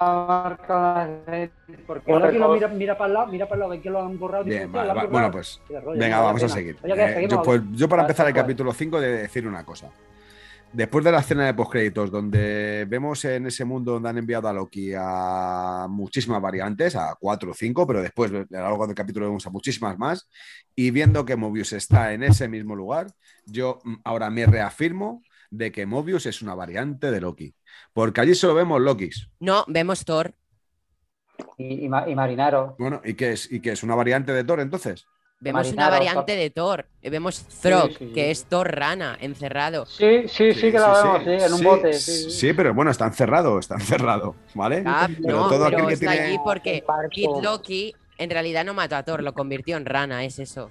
S6: ha marcado una gente- Porque
S5: Bueno,
S6: Loki lo
S5: todo-
S6: mira, mira para el lado, mira para el lado, ve que lo han borrado. dice,
S4: Bien,
S6: "Hostia, lo
S4: vale,
S6: han
S4: va-
S6: borrado".
S4: bueno, pues
S6: Qué rollo,
S4: venga,
S6: vale
S4: vamos a
S6: pena.
S4: seguir.
S6: Oye, que
S4: Eh,
S6: seguimos
S4: yo, pues, yo para
S6: Vale,
S4: empezar el
S6: pues.
S4: capítulo 5 de decir una cosa. Después de la escena de postcréditos, donde vemos en ese mundo donde han enviado a Loki a muchísimas variantes, a cuatro o cinco, pero después a lo largo del capítulo vemos a muchísimas más, y viendo que Mobius está en ese mismo lugar, yo mm, ahora me reafirmo de que Mobius es una variante de Loki. Porque allí solo vemos Lokis.
S1: No, vemos Thor.
S6: Y, y Ma- y Marinaro.
S4: Bueno, ¿y qué es? ¿Y qué es? ¿Una variante de Thor entonces?
S1: Vemos una
S6: Marinaro,
S1: variante
S6: Thor.
S1: de Thor. Eh, Vemos Throg,
S6: sí, sí.
S1: que es Thor rana, encerrado.
S6: Sí, sí, sí, que la vemos, sí, en un bote. Sí, sí.
S4: sí, pero bueno, está encerrado, está encerrado, ¿vale?
S1: Ah,
S4: Pero
S1: no,
S4: todo aquel
S1: pero
S4: que
S1: está
S4: tiene-
S1: allí porque
S2: Barco.
S1: Kid
S6: Oh.
S1: Loki en realidad no mató a Thor, lo convirtió en rana, es eso.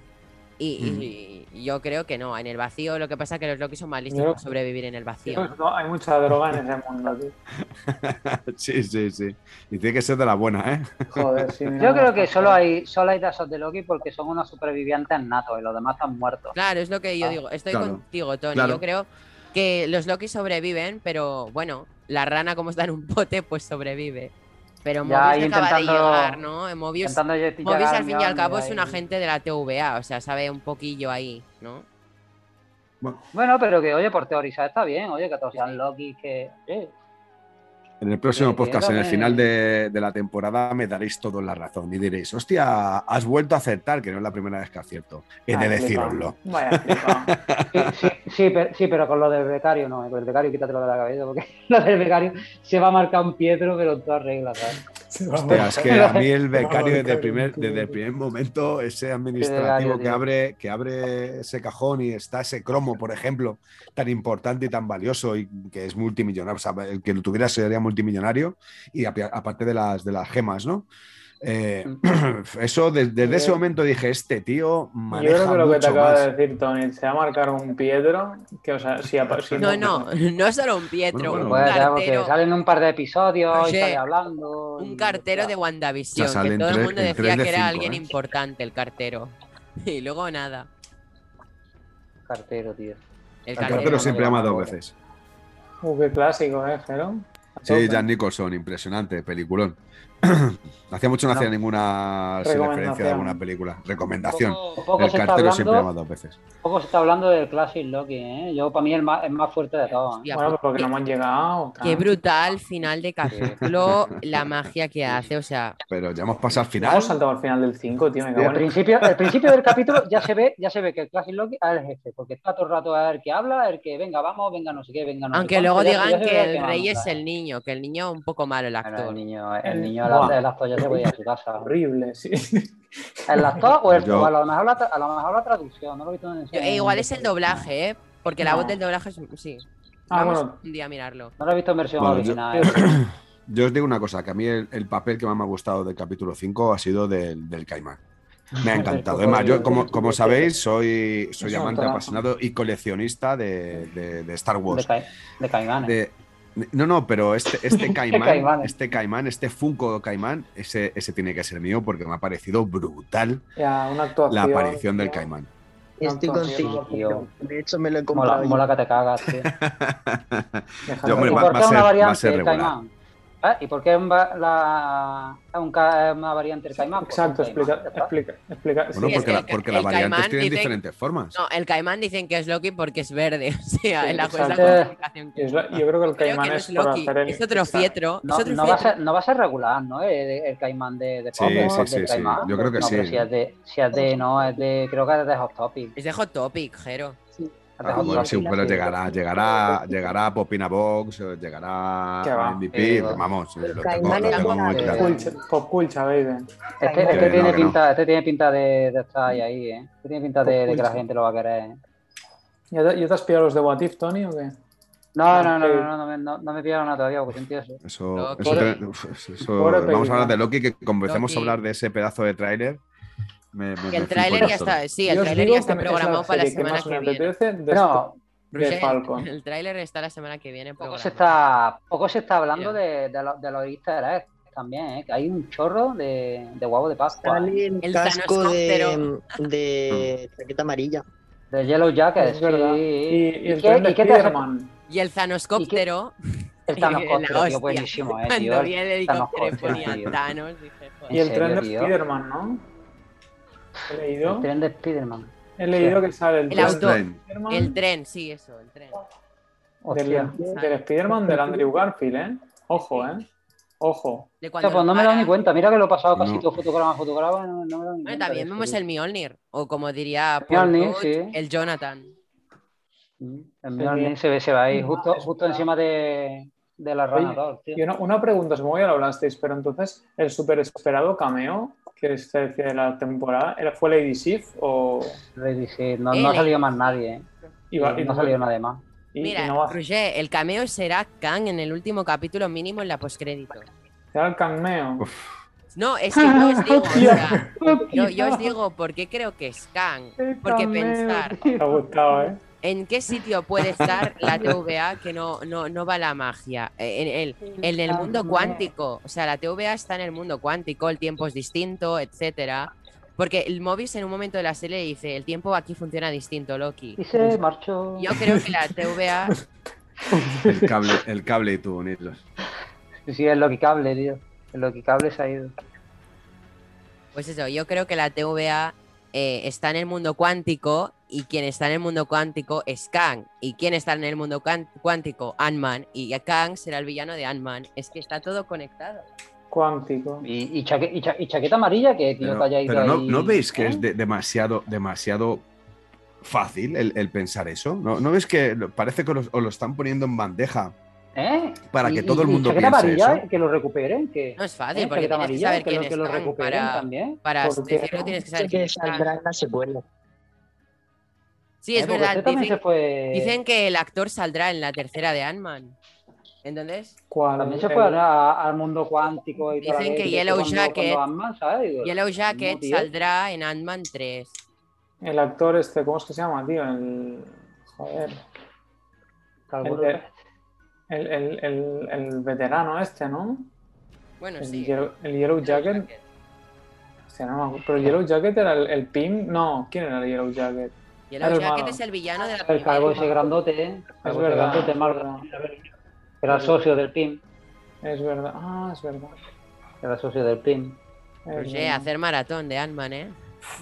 S1: Y, y- y yo creo que no, en el vacío lo que pasa es que los Loki son más listos
S5: Yo-
S1: para sobrevivir en el vacío.
S5: Pues No, hay mucha droga en ese mundo, tío.
S4: Sí, sí, sí. Y tiene que ser de la buena, ¿eh?
S5: Joder, sí, mira,
S6: Yo creo
S5: vamos a-
S6: que solo hay, solo hay tazos de Loki porque son unos supervivientes natos y los demás están muertos.
S1: Claro, es lo que yo
S6: Ah,
S1: digo. Estoy
S4: claro.
S1: contigo, Tony.
S4: Claro.
S1: Yo creo que los Loki sobreviven, pero bueno, la rana como está en un pote, pues sobrevive. Pero
S6: Ya,
S1: Mobius
S6: ahí
S1: no acaba de
S6: intentando-
S1: llegar, ¿no? Mobius,
S6: Intentando lle-
S1: Mobius
S6: llegar
S1: al fin y
S6: mi
S1: al cabo
S6: onda
S1: es
S6: y-
S1: un agente de la TVA, o sea, sabe un poquillo ahí, ¿no?
S6: Bueno, pero que, oye, por teorizar está bien, oye, que todos
S1: Sí.
S6: sean Loki, que. eh,
S4: En el próximo
S6: Sí,
S4: podcast, en el
S6: eh.
S4: final de, de la temporada, me daréis todos la razón y diréis, hostia, has vuelto a acertar, que no es la primera vez que acierto. He de
S5: Ah,
S4: deciroslo.
S5: flipado. Vaya, flipado.
S6: Sí, sí, sí, pero, sí, pero con lo del becario no, eh, con el becario quítatelo de la cabeza porque lo del becario se va a marcar un Pietro, pero en todas reglas, ¿sabes?
S4: Hostia, es que a mí el becario
S5: Vamos,
S4: desde el primer,
S5: becario.
S4: desde el primer momento, ese
S6: becario,
S4: administrativo que
S6: tío.
S4: abre, que abre ese cajón y está ese cromo, por ejemplo, tan importante y tan valioso y que es multimillonario, o sea, el que lo tuviera sería multimillonario y apia- aparte de las, de las gemas, ¿no? Eh, eso de- desde ese momento dije, este tío
S5: Mm. Yo
S4: maneja
S5: creo que lo que te
S4: mucho
S5: acaba
S4: más.
S5: de decir, Tony, se va a marcar un Pietro, que, o sea, si... apa- si
S1: No, no, no solo un Pietro,
S4: Bueno,
S6: Bueno,
S1: un
S6: pues, ya, porque
S1: cartero.
S6: salen un par de episodios
S1: Oye,
S6: y sale hablando.
S1: Un
S6: y-
S1: cartero de
S4: Ya
S1: WandaVision, que
S4: salen
S1: todo el
S4: tres-
S1: mundo
S4: en
S1: decía
S4: tres de
S1: que era
S4: cinco,
S1: alguien
S4: ¿eh?
S1: importante el cartero. Y luego nada.
S6: Cartero, tío.
S1: El
S4: El
S1: cartero.
S4: cartero siempre
S6: no
S4: ama
S6: me
S4: dos
S6: acuerdo.
S4: veces.
S5: Uh, qué clásico, ¿eh, Jero? A
S4: Sí,
S5: tope.
S4: Jan Nicholson, impresionante, peliculón. Hacía mucho no,
S6: No.
S4: hacía ninguna sin
S5: Recomendación.
S4: referencia de alguna película. Recomendación.
S6: Poco, poco
S4: el
S6: se está
S4: cartero siempre
S6: hablando,
S4: llama dos veces.
S6: poco se está hablando del Classic Loki, ¿eh? Yo, para mí, el más, el más fuerte de todos. ¿eh?
S1: Hostia,
S5: Bueno, pero porque no hemos llegado.
S1: Qué
S5: claro.
S1: brutal final de capítulo, la magia que hace, o sea,
S4: Pero ya hemos pasado al
S5: No
S4: final.
S5: hemos saltado al final del 5, tío. Me cago en...
S6: Al principio, al principio del capítulo ya se ve, ya se ve que el Classic Loki ah, es el jefe, porque está todo el rato a ver que habla, el que venga, vamos, venga, no sé qué, venga, no sé
S1: aunque luego
S6: cuánto, ya- ya
S1: digan
S6: se ve
S1: que el
S6: va a
S1: rey es
S6: mandar.
S1: el niño, que el niño un poco malo el
S6: Bueno, el
S1: actor.
S6: niño, el
S5: El-
S6: niño,
S5: Buah.
S6: el, el actor ya se podía a su casa.
S5: Horrible, sí.
S6: ¿El actor o, el,
S4: Yo-
S6: o Pues a, lo mejor la, tra- a lo mejor la traducción? No lo he visto en
S1: Yo- eh, igual es el doblaje, ¿eh? Porque la
S6: No.
S1: voz del doblaje es... Sí.
S5: Ah,
S1: Vamos
S5: bueno.
S1: un día a mirarlo.
S6: No lo he visto en versión
S4: Bueno, yo-
S6: original. ¿eh?
S4: Yo os digo una cosa, que a mí el, el papel que más me ha gustado del capítulo 5 ha sido del, del caimán. Me ha encantado. Además, yo, como, como sabéis, soy, soy
S5: Es un
S4: amante
S5: actorazo.
S4: apasionado y coleccionista de, de- de Star
S6: De,
S4: Wars.
S6: ca- de caimanes.
S4: De- no, no, pero este, este caimán,
S6: caimán, eh.
S4: este caimán, este Funko caimán, ese, ese tiene que ser mío porque me ha parecido brutal
S5: Ya, una actuación.
S4: la aparición del
S5: tío.
S4: caimán.
S2: Estoy
S5: Tanto
S2: contigo.
S6: tiempo,
S2: De hecho, me lo he
S6: Mola,
S2: comprado. yo.
S6: mola que te cagas, tío.
S5: Déjalo.
S4: Yo, hombre,
S6: ¿Y
S4: va-
S6: por
S4: va
S6: qué
S4: a
S6: es
S4: ser-
S6: una
S4: va a
S6: variante
S4: ser
S6: del
S4: regular.
S6: caimán? ¿Eh? ¿Y por qué es un va- la- es un ca- es una variante del caimán? Pues
S5: Exacto,
S6: un caimán,
S5: explica,
S6: ya está.
S5: explica, explica. sí,
S4: Bueno,
S1: es
S4: porque,
S1: que
S4: la-
S1: el ca-
S4: porque las
S1: el
S4: variantes
S1: caimán
S4: tienen
S1: dicen-
S4: diferentes formas.
S1: No, el caimán dicen que es Loki porque es verde, o sea,
S5: Sí,
S1: es la, es la
S5: exacto.
S1: justificación que
S5: es la- yo creo que
S1: Creo
S5: el
S1: que
S5: caimán
S1: no
S5: es
S1: es
S5: por
S1: Loki,
S5: hacer el...
S1: es otro fietro,
S6: No,
S1: es otro
S6: no va a
S1: fietro.
S6: ser, no va a ser regular, ¿no? El, el caimán de, de
S4: Sí,
S6: Pop, ¿no?
S4: sí,
S6: Del
S4: sí, sí.
S6: caimán.
S4: Yo creo que
S6: No, pero
S4: sí.
S6: Si es, de, si es de, no, es de, creo que es de Hot Topic.
S1: Es de Hot Topic, Jero.
S6: Es de
S4: Ah,
S6: Hot
S4: bueno,
S6: Topic.
S4: sí, pero llegará, llegará, llegará a Popina Box, eh,
S5: Qué va.
S4: llegará
S6: Sí,
S4: MVP,
S6: va.
S4: vamos, eh,
S2: El
S4: lo tengo,
S2: caimán
S4: lo
S2: es
S4: tengo
S2: una
S4: muy
S2: de-
S5: Pop
S4: claro.
S5: culture, pop culture, baby.
S6: Este, este
S4: Que
S6: tiene
S4: no, que no.
S6: pinta, este tiene pinta de, de estar ahí, ahí, ¿eh? Este tiene pinta de, de
S5: Pues,
S6: que la gente lo va a querer. ¿eh?
S5: ¿Ya te, ya te has pillado los de What If, Tony, o qué?
S6: No, no,
S5: pues,
S6: no, no, no, no, me- no, no me pillaron nada todavía, porque entiendo eso.
S4: Eso,
S1: No,
S4: eso
S1: pobre-
S4: te- uf,
S5: pobre
S4: eso- Pues vamos
S5: película.
S4: a hablar de Loki, que como empecemos a
S1: Loki.
S4: hablar de ese pedazo de tráiler, me, me-
S1: Que
S4: me
S1: el
S4: flipo
S1: tráiler
S4: yo
S1: ya
S4: solo.
S1: está, sí,
S5: Yo
S1: el
S5: os
S1: tráiler
S5: digo
S1: ya
S5: que
S1: está
S5: me- es la
S1: programado para la
S5: serie que
S1: semana
S5: más me
S1: que viene.
S5: apetece de
S6: Pero
S5: de
S1: Roger,
S5: Falcon.
S1: el tráiler está la semana que viene
S6: poco se,
S1: programado.
S6: está, poco se está hablando de, de, lo- de los easter eggs también, ¿eh? Que hay un chorro de, de huevo de Pascua, ¿eh?
S2: Sale el,
S1: El
S2: casco de,
S1: Thanoscóptero.
S2: de
S4: Mm.
S2: chaqueta amarilla.
S6: eh, de Yellow Jacket,
S5: Es verdad.
S6: sí.
S5: Y, y el
S6: qué-
S5: tren de
S6: y qué te hace-
S5: Spiderman.
S1: Y el Zanoscóptero,
S6: El Thanos
S1: La
S6: Coster,
S1: hostia.
S6: tío, buenísimo, ¿eh? Tío,
S1: cuando vi el helicóptero y
S6: Thanoscóptero, tío.
S1: ponía Thanos, dije, joder.
S5: Y el
S6: ¿En
S5: tren de
S6: serio, tío?
S5: Spiderman, ¿no? He leído,
S6: el tren de Spiderman.
S5: he leído que sale el,
S1: El
S5: tren de
S1: auto.
S4: Strange.
S5: Spiderman
S1: El tren, sí, eso, el tren.
S6: Hostia.
S5: del, del Spiderman del Andrew Garfield, ¿eh? Ojo, ¿eh? Ojo.
S1: De
S6: O
S1: cuando
S6: sea, pues no me he dado ni
S1: para-
S6: cuenta. Mira que lo he pasado casi
S4: No.
S6: todo fotograma a fotograma. No, no me he dado ni
S1: Bueno,
S6: cuenta
S1: también
S6: de
S1: vemos
S6: eso,
S1: el Mjolnir, o como diría
S6: El Mjolnir,
S1: Rudd,
S6: sí.
S1: el Jonathan.
S6: tío. El Mjolnir se ve, se va ahí, justo, justo encima de, de la rana
S5: Oye,
S6: Thor, tío.
S5: Y una, una pregunta, supongo que ya lo hablasteis, pero entonces, ¿el super esperado cameo que es el de la temporada ¿era- fue Lady Sif o
S6: Le dije, no,
S1: Eh,
S6: no ha
S1: le-
S6: salido más nadie, ¿eh?
S5: iba- y
S6: no ha salido nadie más.
S5: y- y
S1: Mira,
S5: no va-
S1: Roger, el cameo será Kang en el último capítulo mínimo en la postcrédito.
S5: será el cameo?
S1: No, es que yo os digo, o sea, yo, yo os
S5: Hostia,
S1: digo por qué creo que es Kang.
S5: el
S1: Porque
S5: cameo,
S1: pensar,
S5: tío. Me ha gustado, ¿eh?
S1: ¿en qué sitio puede estar la TVA que no, no, no va la magia? Eh, En el, en el mundo cuántico. O sea, la TVA está en el mundo cuántico, el tiempo es distinto, etcétera. Porque el Mobius en un momento de la serie dice, el tiempo aquí funciona distinto, Loki.
S6: Y se marchó.
S1: Yo creo que la TVA
S4: El cable, el cable y tú unirlos.
S6: Sí, sí, es Loki Cable, tío. El Loki Cable se ha ido.
S1: Pues eso, yo creo que la TVA eh, está en el mundo cuántico y quien está en el mundo cuántico es Kang. Y quien está en el mundo cuán- cuántico, Ant-Man. Y a Kang será el villano de Ant-Man. Es que está todo conectado.
S5: Cuántico.
S6: Y, y, chaque- y cha- y chaqueta amarilla que, tío,
S4: Pero,
S6: que haya ido
S4: pero no,
S6: ahí,
S4: ¿no veis que
S6: ¿eh?
S4: es de- demasiado, demasiado fácil el, el pensar eso? ¿No, no veis que lo- parece que os os lo están poniendo en bandeja?
S6: ¿Eh?
S4: Para
S6: Y-
S4: que
S6: y-
S4: todo el
S6: y
S4: mundo
S6: chaqueta
S4: piense
S6: amarilla,
S4: eso.
S6: que lo recuperen, que
S1: No es
S6: ¿eh?
S1: fácil, porque
S6: chaqueta
S1: tienes que
S6: amarilla,
S1: saber
S6: que
S1: quién
S6: lo,
S1: es
S6: que lo
S1: Kang
S6: recuperen
S1: para,
S6: también.
S1: para
S5: Porque
S1: decirlo, tienes que saber
S2: Sé
S1: quién
S2: que
S1: es Kang.
S2: saldrá en la secuela.
S1: Sí, es
S6: ¿eh? Porque
S1: verdad.
S6: este también
S1: Dicen,
S6: se fue-
S1: dicen que el actor saldrá en la tercera de Ant-Man. Entonces,
S5: ¿Cuál?
S6: También se
S5: El-
S6: fue a- al mundo cuántico y toda la
S1: Dicen que
S6: leche,
S1: Yellow
S6: cuando-
S1: Jacket-
S6: cuando Ant-Man, ¿sabes? Digo,
S1: Yellow Jacket
S6: tío.
S1: saldrá en Ant-Man 3.
S5: El actor este, ¿cómo es que se llama, tío? El... Joder.
S6: Calvo-
S5: El, de- el, el, el, el veterano este, ¿no?
S1: Bueno,
S5: El,
S1: sí.
S5: Yellow, el Yellow Jacket. Hostia, no me acuerdo. Pero el Yellow Jacket era el, el Pim. No, ¿quién era el Yellow Jacket?
S1: Yellow
S5: Era el
S1: Jacket
S5: malo.
S1: es el villano de la
S6: El
S1: primera.
S6: calvo ese grandote, ¿eh?
S5: Es
S6: Calvo ese
S5: verdad.
S6: grandote,
S5: Es
S6: mal-
S5: verdad.
S6: Era el socio del team.
S5: Es verdad. Ah, es verdad.
S6: Era socio del PIN.
S1: No
S5: Eh,
S1: sé, Pues, hacer maratón de Ant-Man, ¿eh?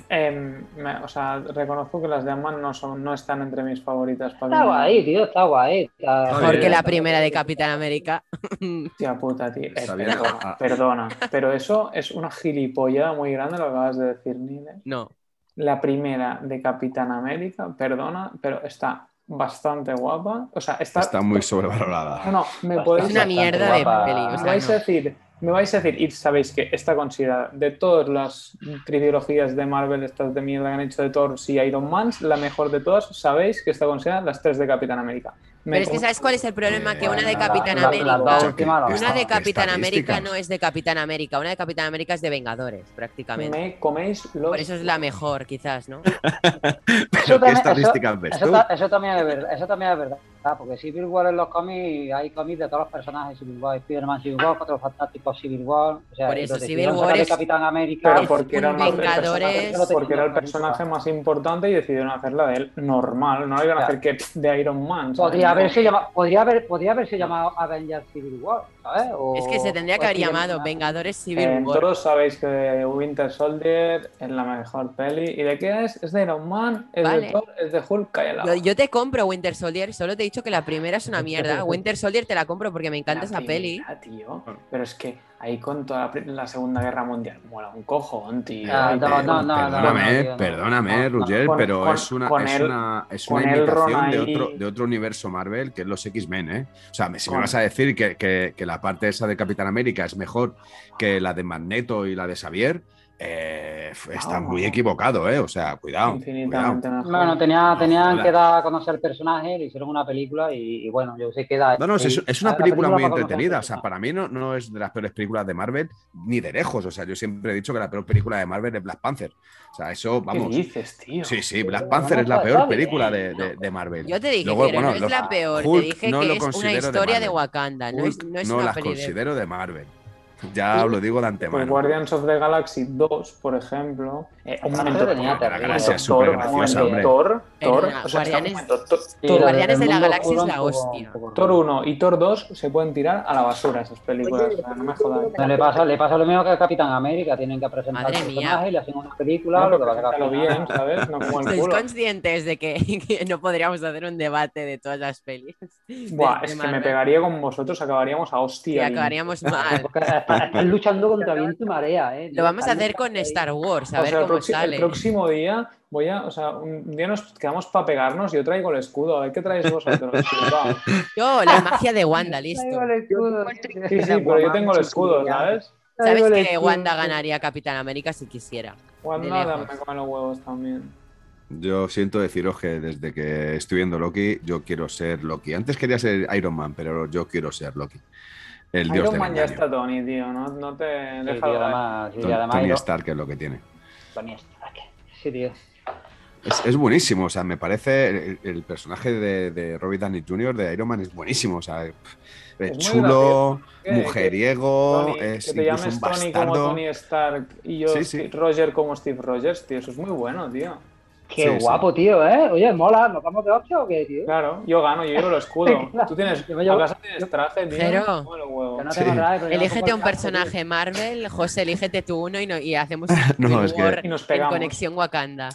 S5: em, me- o sea, reconozco que las de Ant-Man no, son- no están entre mis favoritas. Para
S6: Está
S5: mí.
S6: guay, tío, está guay. Está...
S4: Está
S1: Mejor
S4: bien.
S1: que la primera de Capitán América.
S5: Hostia puta, tío. Eh,
S4: Está bien.
S5: perdona,
S4: Ah.
S5: perdona. Pero eso es una gilipollada muy grande lo que acabas de decir, Nile.
S1: No.
S5: La primera de Capitán América, perdona, pero está bastante guapa. O sea, está.
S4: Está muy
S5: No,
S4: sobrevalorada.
S5: no, me
S6: Bastante
S5: podéis.
S1: Es una mierda de
S6: guapa.
S1: peli.
S5: Me
S1: O
S5: vais a
S1: sea, no.
S5: decir, me vais a decir, y sabéis que está considerada de todas las trilogías de Marvel, estas de mierda que han hecho de Thor y Iron Man, la mejor de todas, sabéis que está considerada las tres de Capitán América. Me
S1: Pero es que
S5: con-
S1: ¿sabes cuál es el problema? Que una de
S4: Eh,
S1: Capitán
S6: la- la- la- la-
S1: América...
S6: última no.
S1: Una de
S4: Esta-
S1: Capitán América
S4: estadísticas.
S1: no es de Capitán América. Una de Capitán América es de Vengadores, prácticamente.
S5: me coméis los.
S1: Por eso es la mejor, quizás, ¿no?
S6: Eso
S4: Pero ¿Qué
S6: también-
S4: estadísticas ves
S6: Eso,
S4: tú?
S6: ta- eso también es verdad, eso también es verdad, porque Civil War en los cómics hay cómics de todos los personajes Civil War, Spider-Man Civil War, Cuatro Fantásticos Civil War, o sea,
S1: Por eso
S6: entonces, si
S1: Civil
S6: van a
S1: War
S6: sacar de
S1: es-
S6: Capitán América,
S5: Pero
S1: Es
S5: porque era,
S1: un
S5: más- el
S1: Vengadores-
S5: personaje- porque era el personaje más importante y decidieron hacerla de él normal, no le iban a
S6: Claro.
S5: hacer que pff, de Iron Man. ¿sabes?
S6: podría
S5: No.
S6: haberse llamado, podría haber, podría haberse llamado Avengers Civil War, ¿sabes? O-
S1: Es que
S4: Oh,
S1: se tendría
S4: pues
S1: que
S6: o
S1: haber
S6: Spider-Man.
S1: llamado Vengadores
S5: Eh,
S1: Civil War.
S5: todos sabéis que Winter Soldier es la mejor peli. ¿Y de qué es? Es de Iron Man, es
S1: Vale.
S5: de Thor, es de Hulk, cállala.
S1: Yo- Yo te compro Winter Soldier, solo te he dicho que la primera es una mierda. Winter Soldier te la compro porque me encanta
S5: La
S1: esa peli.
S5: primera, tío.
S4: Ah.
S5: Pero es que ahí con toda la, pri- la Segunda Guerra Mundial mola un cojón, tío.
S6: Ah,
S5: Ahí
S6: no,
S5: te-
S6: no, no.
S4: perdóname, eh,
S6: no, no,
S4: perdóname,
S6: no, no.
S4: Roger,
S5: Con-
S4: pero
S5: con-
S4: es una,
S5: con
S4: es
S5: el-
S4: una, es una
S5: con el Ron
S4: imitación de
S5: ahí.
S4: otro, de otro universo Marvel, que es los X-Men, ¿eh? O sea, me- si me
S5: Con-
S4: vas a decir que, que- que la parte esa de Capitán América es mejor que la de Magneto y la de Xavier, eh, f- está
S5: No.
S4: muy equivocado, ¿eh? O sea, cuidado. cuidado.
S5: infinitamente mejor.
S6: Bueno, tenía,
S4: No,
S6: tenían
S4: joder.
S6: que dar a conocer el personaje, le hicieron una película y, y bueno, yo sé que da.
S4: No, no, es, es una
S6: la
S4: película muy
S6: para conocer el
S4: entretenida. O sea,
S6: personaje.
S4: para mí no, no es de las peores películas de Marvel, ni de lejos. O sea, yo siempre he dicho que la peor película de Marvel es Black Panther. O sea, eso,
S5: ¿Qué
S4: vamos.
S5: dices, tío?
S4: Sí, sí, Black
S6: Pero
S4: Panther
S6: no
S4: es la
S6: puede
S4: peor
S6: ser,
S4: película
S6: ¿eh?
S4: de, de- de Marvel.
S1: Yo te dije,
S4: Luego,
S1: pero
S4: bueno,
S1: no es
S4: los
S1: la peor.
S4: Hulk
S1: te dije
S4: no
S1: que
S4: lo
S1: es una
S4: considero de
S1: historia de,
S4: Marvel.
S1: Wakanda. No es,
S4: Hulk
S1: no es
S4: no
S1: una
S4: las
S1: peli de-
S4: considero de Marvel. Ya lo digo de
S5: Pues
S4: antemano.
S5: Guardians of the Galaxy 2, por ejemplo. Eh, un
S6: Ah,
S5: momento.
S6: tenía
S5: un
S6: terrible.
S5: momento,
S6: Galaxia
S4: es
S5: Thor,
S4: supergraciosa,
S5: un momento,
S4: hombre.
S5: Thor, Thor,
S1: Perdona,
S5: o sea, está un
S1: Guardianes-
S5: momento, Thor-
S6: Sí,
S5: Thor-
S6: lo del
S1: Guardianes de la
S6: mundo
S1: Galaxia es
S6: oscuro
S1: la
S6: un poco-
S1: hostia.
S6: un poco-
S5: Thor 1 y Thor 2 se pueden tirar a la basura esas películas.
S2: Oye,
S5: o sea, no me jodas.
S6: No, le, pasa, le pasa lo mismo que a Capitán América, tienen que presentar
S1: Madre
S6: el
S1: mía.
S6: personaje y le hacen una película,
S5: No,
S6: lo que
S5: pero
S6: va a sacar
S5: preséntalo
S6: al final.
S5: bien, ¿sabes? No como el
S1: ¿Sois
S5: culo.
S1: conscientes de que, que no podríamos hacer un debate de todas las pelis?
S5: Buah,
S1: De-
S5: es
S1: de
S5: que me
S1: Marvel.
S5: pegaría con vosotros, acabaríamos a
S1: Y
S5: hostia.
S1: acabaríamos
S5: pues
S1: mal.
S6: Porque está- están luchando contra viento y marea, ¿eh?
S1: Lo vamos a
S6: Están
S1: hacer con
S6: luchando ahí.
S1: Star Wars, a
S5: O
S1: ver
S5: sea, el,
S1: cómo
S5: proxi- el
S1: sale.
S5: próximo día voy a, o sea, un día nos quedamos para pegarnos, yo traigo el escudo, a ver qué traéis vosotros. Va.
S1: Yo, la magia de Wanda, listo.
S6: Traigo el escudo.
S5: Sí, sí, pero yo tengo el escudo, ¿sabes?
S1: ¿Sabes
S6: Traigo el
S1: que
S6: escudo.
S1: Wanda ganaría a Capitán América si quisiera?
S5: Wanda,
S1: De lejos.
S5: dame come los huevos también.
S4: Yo siento deciros que desde que estoy viendo Loki, yo quiero ser Loki. Antes quería ser Iron Man, pero yo quiero ser Loki. El dios
S5: Iron
S4: del
S5: Man ya
S4: engaño.
S5: está Tony, tío, no, no te
S6: Sí,
S5: deja
S6: tío, además, sí,
S4: Tony-
S6: además
S4: Tony
S6: Iron-
S4: Stark es lo que tiene.
S6: Tony Stark. Sí, tío.
S4: Es, es buenísimo, o sea, me parece el, el personaje de, de Robbie Downey Jr. de Iron Man es buenísimo, o sea, pff,
S5: Es muy
S4: chulo,
S5: ¿Qué?
S4: mujeriego,
S5: Tony,
S4: es
S5: que te
S4: incluso un
S5: llames Tony como
S4: bastardo.
S5: Tony Stark y yo
S4: Sí, sí.
S5: Steve Roger como Steve Rogers, tío, eso es muy bueno, tío.
S6: Qué
S4: Sí, sí.
S6: guapo, tío, ¿eh? Oye, mola, ¿nos vamos de 8 o qué, tío?
S5: Claro, yo gano, yo llevo el escudo.
S6: Claro.
S5: Tú tienes,
S6: Yo me llevo-
S5: ¿acaso tienes traje, tío?
S1: Pero-
S5: Come los huevos.
S6: Que no
S4: Sí.
S6: tengo nada, pero yo no
S1: Elígete
S6: tengo
S1: un
S6: el casco,
S1: personaje Marvel, José, elígete tú uno y, no- y hacemos
S4: No,
S1: Civil
S4: es que-
S1: War
S5: Y nos
S1: en
S5: pegamos.
S1: conexión Wakanda.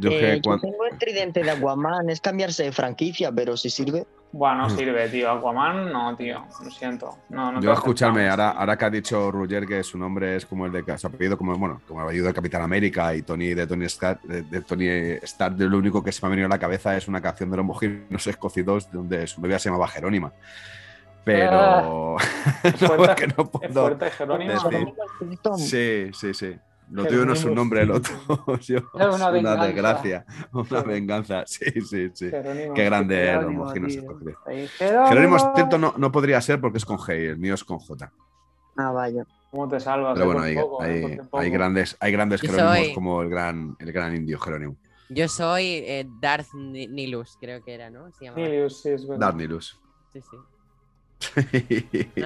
S4: Yo
S2: Eh,
S4: que
S2: yo
S4: cuan-
S2: tengo el tridente de Aquaman, es cambiarse de franquicia, pero si sirve.
S5: Bueno, no sirve, tío. Aquaman, no, tío. Lo siento. No, no te
S4: Yo
S5: lo
S4: a escucharme,
S5: aceptamos.
S4: ahora, ahora que ha dicho Ruger que su nombre es como el de su apellido, como bueno, como el apellido de Capitán América y Tony de Tony Stark, de, de Tony Stark, lo único que se me ha venido a la cabeza es una canción de los mojinos escocidos donde su novia se llamaba Jerónima. Pero no,
S5: fuerte-
S4: porque no
S5: Es
S4: puedo.
S5: fuerte, Jerónimo.
S4: Desde-
S5: ¿no?
S4: Sí, sí, sí. Lo
S5: Pero
S4: tuyo no es un
S5: tenemos-
S4: nombre, el otro yo-
S6: Es una
S4: una,
S6: venganza.
S4: desgracia, una
S5: Sí.
S4: venganza. Sí, sí, sí.
S5: Jerónimo.
S4: Qué grande eran los
S6: Jerónimo,
S4: mojinos
S6: tío.
S4: escocidos.
S6: tío.
S4: Jerónimo Stilton no, no podría ser porque es con G, y el mío es con J.
S2: Ah, vaya.
S5: ¿Cómo te salvas?
S4: Pero
S5: eh?
S4: bueno,
S5: Por
S4: hay,
S5: poco, eh,
S4: hay-
S5: por poco.
S4: hay grandes, hay grandes
S1: Yo
S4: jerónimos
S1: soy-
S4: como el gran, el gran indio Jerónimo.
S1: Yo soy eh, Darth Ni- Nilus, creo que era, ¿no? Se llamaba.
S5: Milius, sí, es verdad.
S4: Darnilus.
S1: Sí, sí.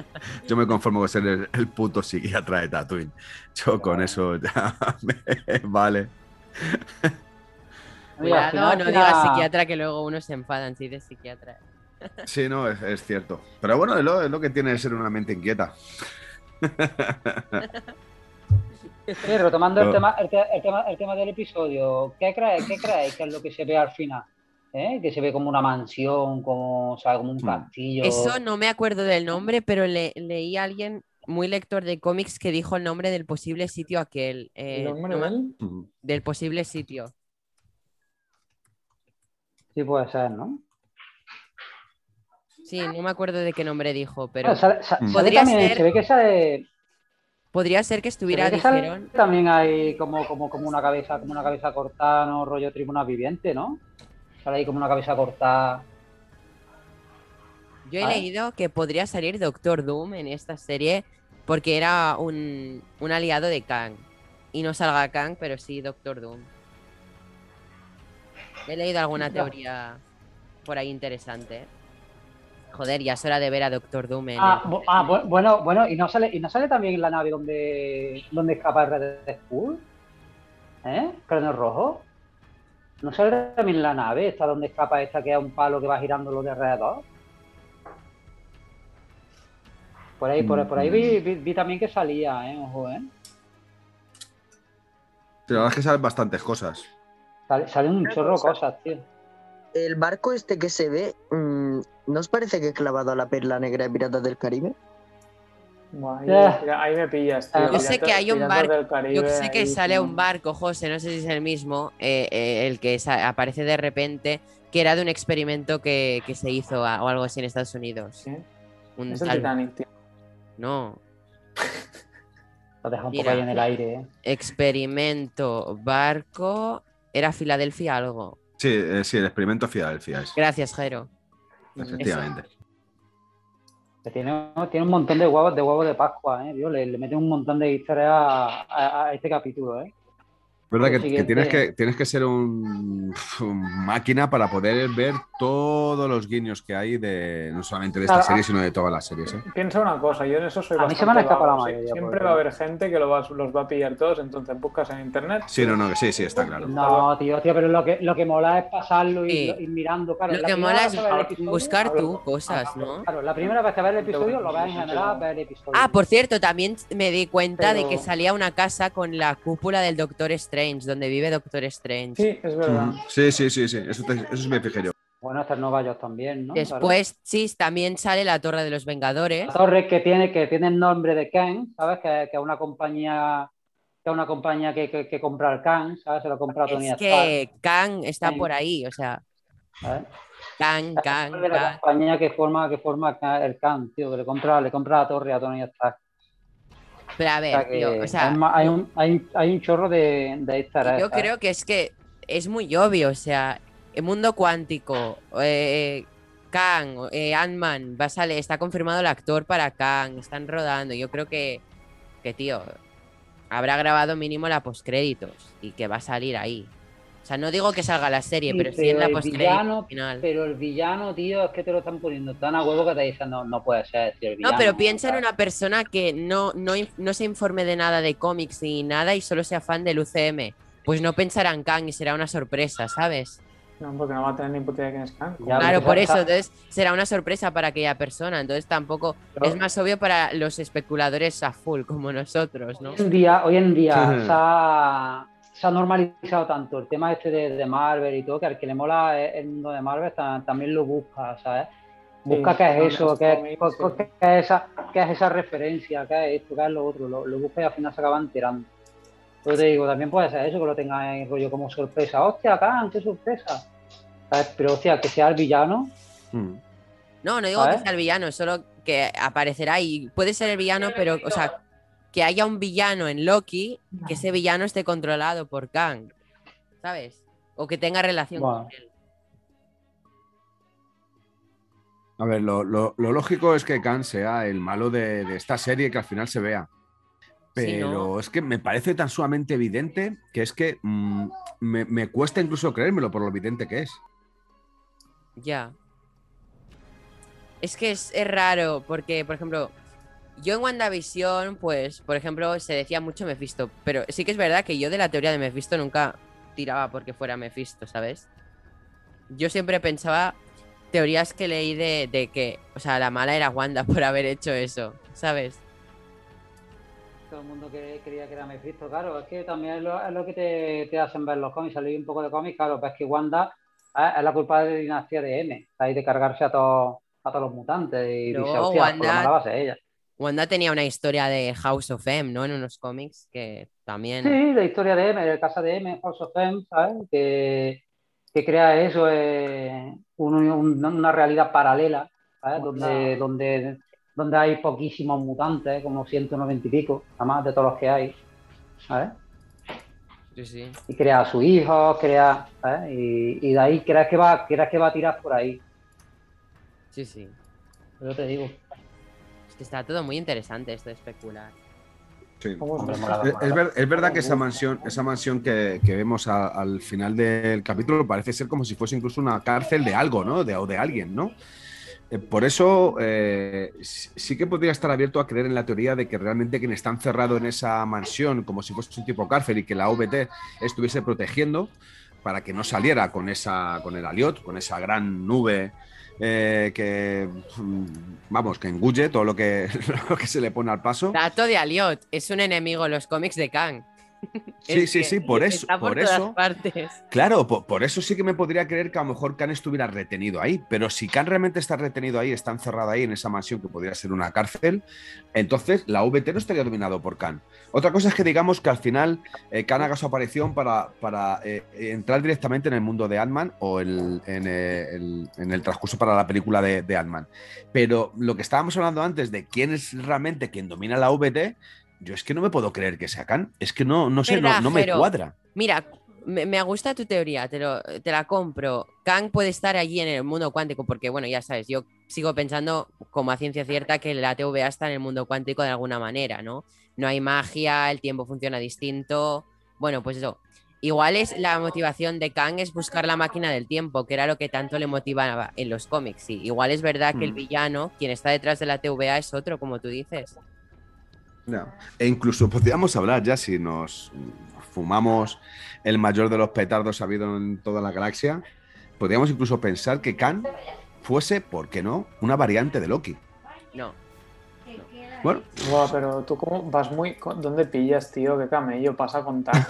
S4: Yo me conformo con ser el, el puto psiquiatra de Tatooine. Yo con eso ya me- vale.
S6: Oye,
S1: Cuidado,
S6: al final
S1: no
S6: era-
S1: digas psiquiatra que luego unos se enfadan si dices psiquiatra.
S4: Sí, no, es, es cierto. Pero bueno, es lo, es lo que tiene ser una mente inquieta.
S6: Sí, retomando el,
S4: No.
S6: tema, el, te- el tema, el tema del episodio, ¿qué creéis, qué creéis que es lo que se ve al final? ¿Eh? Que se ve como una mansión, como, o sea, como un
S4: Hmm.
S6: castillo.
S1: Eso no me acuerdo del nombre, pero le- leí a alguien muy lector de cómics que dijo el nombre del posible sitio aquel. eh,
S5: ¿El nombre
S1: no me-
S5: de él?
S1: Del posible sitio.
S6: Sí, puede ser, ¿no?
S1: Sí, no me acuerdo de qué nombre dijo, pero
S6: Ah, sale- sa-
S4: Hmm.
S6: sale
S1: Podría
S6: también-
S1: ser-
S6: Se ve que sale,
S1: podría ser que
S6: se ve
S1: estuviera,
S6: que sale
S1: dijeron.
S6: también hay como, como, como una cabeza, como una cabeza cortada, ¿no? Rollo tribuna viviente, ¿no? Sale ahí como una cabeza cortada.
S1: Yo he
S6: Ah.
S1: leído que podría salir Doctor Doom en esta serie porque era un, un aliado de Kang. Y no salga Kang, pero sí Doctor Doom. He leído alguna
S6: Mira.
S1: teoría por ahí interesante. Joder, ya es hora de ver a Doctor Doom en
S6: Ah,
S1: el-
S6: bu- ah, bu- bueno, bueno, y no sale, y no sale también la nave donde, donde escapa Red Skull, ¿eh? Cráneo rojo. No sale también la nave, esta donde escapa esta que es un palo que va girando lo de alrededor. Por ahí, por, por ahí vi, vi- vi también que salía, ¿eh? Ojo, ¿eh?
S4: La verdad es que saben bastantes cosas.
S6: Sale, sale un chorro de cosas, tío.
S2: El barco este que se ve, mm, ¿no os parece que es clavado a la perla negra de Piratas del Caribe?
S5: Buah, ahí,
S6: Ya.
S5: mira, ahí me pillas, tío.
S6: Yo
S5: Piratas-
S1: Eh, sé que hay un
S5: Piratas
S1: barco,
S5: del Caribe
S1: Yo sé que
S5: ahí,
S1: sale
S5: tío.
S1: un barco, José, no sé si es el mismo, eh, eh, el que sa- aparece de repente, que era de un experimento que, que se hizo a- o algo así en Estados Unidos.
S5: Sí.
S1: Un
S5: Es el
S1: tal-
S5: Titanic, tío.
S1: no,
S6: Lo deja un
S1: Mira.
S6: poco ahí en el aire, ¿eh?
S1: experimento, barco, era Filadelfia algo.
S4: Sí, eh, sí, el experimento Filadelfia es.
S1: Gracias, Jairo.
S4: Efectivamente.
S6: Que Tiene, tiene un montón de huevos de huevos de Pascua, ¿eh? tío. Le, le mete un montón de historias a, a- a este capítulo, ¿eh?
S4: ¿Verdad que,
S6: Lo
S4: que tienes
S6: siguiente-
S4: que tienes que ser un, un máquina para poder ver todos los guiños que hay de no solamente de esta
S6: Claro,
S4: serie,
S6: a-
S4: sino de todas las series? ¿eh?
S5: Piensa una cosa, yo en eso soy
S6: A mí se me han
S5: bastante
S6: escapado
S5: vago,
S6: la
S5: sí.
S6: mayoría, por
S5: Siempre
S6: ejemplo.
S5: va a haber gente que lo va- los va a pillar todos, entonces buscas en internet.
S4: Sí, no, no, que sí, sí, está claro.
S6: No, tío, tío, pero lo que, lo que mola es pasarlo y,
S1: Sí.
S6: y mirando, claro.
S1: Lo
S6: la
S1: que
S6: primera
S1: mola
S6: vez
S1: es
S6: que ves el episodio-
S1: buscar tú
S5: hablo-
S1: cosas, ¿no?
S6: Claro, la primera vez que ves el episodio lo ves en general, ves el episodio.
S1: Ah, por cierto, también me di cuenta de que
S5: Pero-
S1: salía una casa con la cúpula del Doctor Strange, donde vive Doctor Strange.
S5: Sí, es verdad.
S4: Sí, sí, sí, sí. Eso, te- eso sí me fijé yo.
S6: Bueno, está en Nueva York también, ¿no?
S1: Después, ¿eh? sí, también sale la Torre de los Vengadores.
S6: Claro. La torre que tiene, que tiene el nombre de Ken, ¿sabes? Que, que es una compañía que es una compañía que, que, que compra el Ken, ¿sabes? Se lo compra a Tony
S1: Es
S6: Stark.
S1: que Kang está
S6: Sí.
S1: por ahí, o sea,
S6: ¿sabes?
S1: Kang, Kang,
S6: de la
S1: Kang.
S6: compañía que forma, que forma el Khan, tío, que le compra, le compra la torre a Tony Stark.
S1: Pero a
S6: O sea
S1: ver,
S6: que
S1: Eh, tío, o sea,
S6: hay, ma- hay un, hay, un- hay un chorro de, de easter eggs,
S1: yo
S6: ¿sabes?
S1: creo que es que es muy obvio, o sea, el mundo cuántico, eh, Kang, eh, Ant-Man, va a salir, está confirmado el actor para Kang, están rodando, yo creo que, que tío, habrá grabado mínimo la postcréditos y que va a salir ahí. O sea, no digo que salga la serie,
S6: Sí,
S1: pero sí
S6: pero
S1: en la
S6: el
S1: postcrédito
S6: villano-
S1: final.
S6: Pero el villano, tío, es que te lo están poniendo tan a huevo que te dicen, no, no puede ser, tío, el
S1: No,
S6: villano.
S1: pero piensa en
S6: ¿sabes?
S1: una persona que no, no, in- no se informe de nada de cómics ni nada y solo sea fan del UCM. Pues no pensará en Kang y será una sorpresa, ¿sabes?
S5: No, porque no va a tener ni puta idea quién es Kang.
S6: Ya,
S1: Claro,
S6: pero-
S1: por eso, entonces será una sorpresa para aquella persona. Entonces tampoco
S6: Pero-
S1: es más obvio para los especuladores a full como nosotros, ¿no?
S6: Hoy en día, hoy en día se, ha, se ha normalizado tanto el tema este de, de Marvel y todo, que al que le mola el el mundo de Marvel ta- también lo busca, ¿sabes? Busca
S5: Sí,
S6: qué
S5: con
S6: es eso,
S5: los
S6: qué,
S5: cómics,
S6: co-
S5: sí.
S6: co- qué es esa, qué es esa referencia, qué es esto, qué es lo otro, lo, lo busca y al final se acaban tirando. Yo te digo, también puede ser eso, que lo tenga en rollo como sorpresa. Hostia, Khan, qué sorpresa. ¿Sabes? Pero hostia, que sea el villano,
S4: Mm.
S1: No, no digo
S6: A
S1: que
S6: ver.
S1: sea el villano, solo que aparecerá y puede ser el villano, pero, o sea, que haya un villano en Loki, que ese villano esté controlado por Kang, ¿sabes? O que tenga relación
S6: Buah.
S1: con él.
S4: A ver, lo, lo- lo lógico es que Khan sea el malo de, de esta serie que al final se vea.
S1: Sí,
S4: Pero
S1: ¿no?
S4: es que me parece tan sumamente evidente que es que mm, me, me cuesta incluso creérmelo por lo evidente que es.
S1: Ya. Es que es, es raro, porque, por ejemplo, yo en WandaVision, pues, por ejemplo, se decía mucho Mephisto, pero sí que es verdad que yo de la teoría de Mephisto nunca tiraba porque fuera Mephisto, ¿sabes? Yo siempre pensaba teorías que leí de, de que, o sea, la mala era Wanda por haber hecho eso, ¿sabes?
S6: todo el mundo que creía que era Mephisto, claro, es que también es lo, es lo que te, te hacen ver los cómics, salir un poco de cómics, claro, pues es que Wanda eh, es la culpa de la dinastía de M, ahí de cargarse a todos a todos los mutantes y
S1: Luego
S6: dice, hostia, por
S1: Wanda-
S6: la mala base ella.
S1: Wanda tenía una historia de House of M, ¿no? En unos cómics que también.
S6: Sí, la historia de M, de casa de M, House of M, ¿sabes? Que, que crea eso, eh, un- un- una realidad paralela, ¿sabes? Donde, donde, donde hay poquísimos mutantes, como 190 y pico, además de todos los que hay, ¿sabes?
S1: Sí, sí.
S6: Y crea a su hijo, crea, ¿sabes? Y, y de ahí creas que, va, creas que va a tirar por ahí,
S1: Sí, sí.
S6: yo te digo.
S1: Es que está todo muy interesante esto de especular.
S4: Sí.
S6: ¿cómo es?
S4: Es, Eh, es ver- es verdad que esa mansión, esa mansión que, que vemos a- al final del capítulo parece ser como si fuese incluso una cárcel de algo, ¿no? De, o de alguien, ¿no? Eh, Por eso eh, sí sí que podría estar abierto a creer en la teoría de que realmente quien está encerrado en esa mansión, como si fuese un tipo cárcel y que la OBT estuviese protegiendo para que no saliera con esa, con el aliot, con esa gran nube eh, que, mm, vamos, que engulle todo lo que, lo que se le pone al paso.
S1: Trato de Aliot es un enemigo en los cómics de Kang.
S4: Sí,
S1: Es
S4: sí,
S1: que
S4: sí, por eso,
S1: Está por,
S4: por
S1: todas
S4: eso.
S1: partes.
S4: Claro, po- por, eso sí que me podría creer que a lo mejor Khan estuviera retenido ahí, pero si Khan realmente está retenido ahí, está encerrado ahí en esa mansión que podría ser una cárcel, entonces la VT no estaría dominado por Khan. Otra cosa es que digamos que al final eh, Khan haga su aparición para, para, eh, entrar directamente en el mundo de Ant-Man o el- en, eh, el, en el transcurso para la película de, de Ant-Man. Pero lo que estábamos hablando antes de quién es realmente quien domina la VT, yo es que no me puedo creer que sea Khan. Es que no, no sé, no,
S1: Verdad,
S4: no me
S1: Jero.
S4: cuadra.
S1: Mira, me, me gusta tu teoría, te, lo- te la compro. Kang puede estar allí en el mundo cuántico, porque bueno, ya sabes, yo sigo pensando como a ciencia cierta que la TVA está en el mundo cuántico de alguna manera, ¿no? No hay magia, el tiempo funciona distinto. Bueno, pues eso. Igual es la motivación de Kang es buscar la máquina del tiempo, que era lo que tanto le motivaba en los cómics. Sí, igual es verdad que el
S4: Mm.
S1: villano, quien está detrás de la TVA, es otro, como tú dices.
S4: Ya. E incluso podríamos hablar ya si nos fumamos el mayor de los petardos habido en toda la galaxia. Podríamos incluso pensar que Khan fuese, ¿por qué no?, una variante de Loki.
S1: No.
S4: Bueno,
S5: Buah, pero tú cómo vas muy... co- ¿Dónde pillas, tío? ¿Qué camello pasa a contar?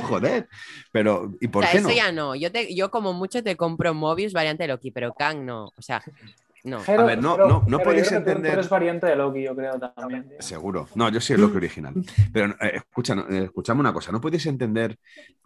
S4: joder. Pero, ¿y por
S1: o sea,
S4: qué
S1: eso
S4: no?
S1: ya no. Yo, te, yo como mucho te compro Mobius variante de Loki, pero Kang no. O sea, no.
S5: Jero,
S4: ver, no-
S5: pero-
S4: no- no
S5: pero yo
S4: podéis
S5: creo que tú-
S4: entender-
S5: Tú eres variante de Loki, yo creo también. tío.
S4: Seguro. No, yo soy el Loki original. Pero eh, escucha, no, eh, escuchame una cosa. ¿No podéis entender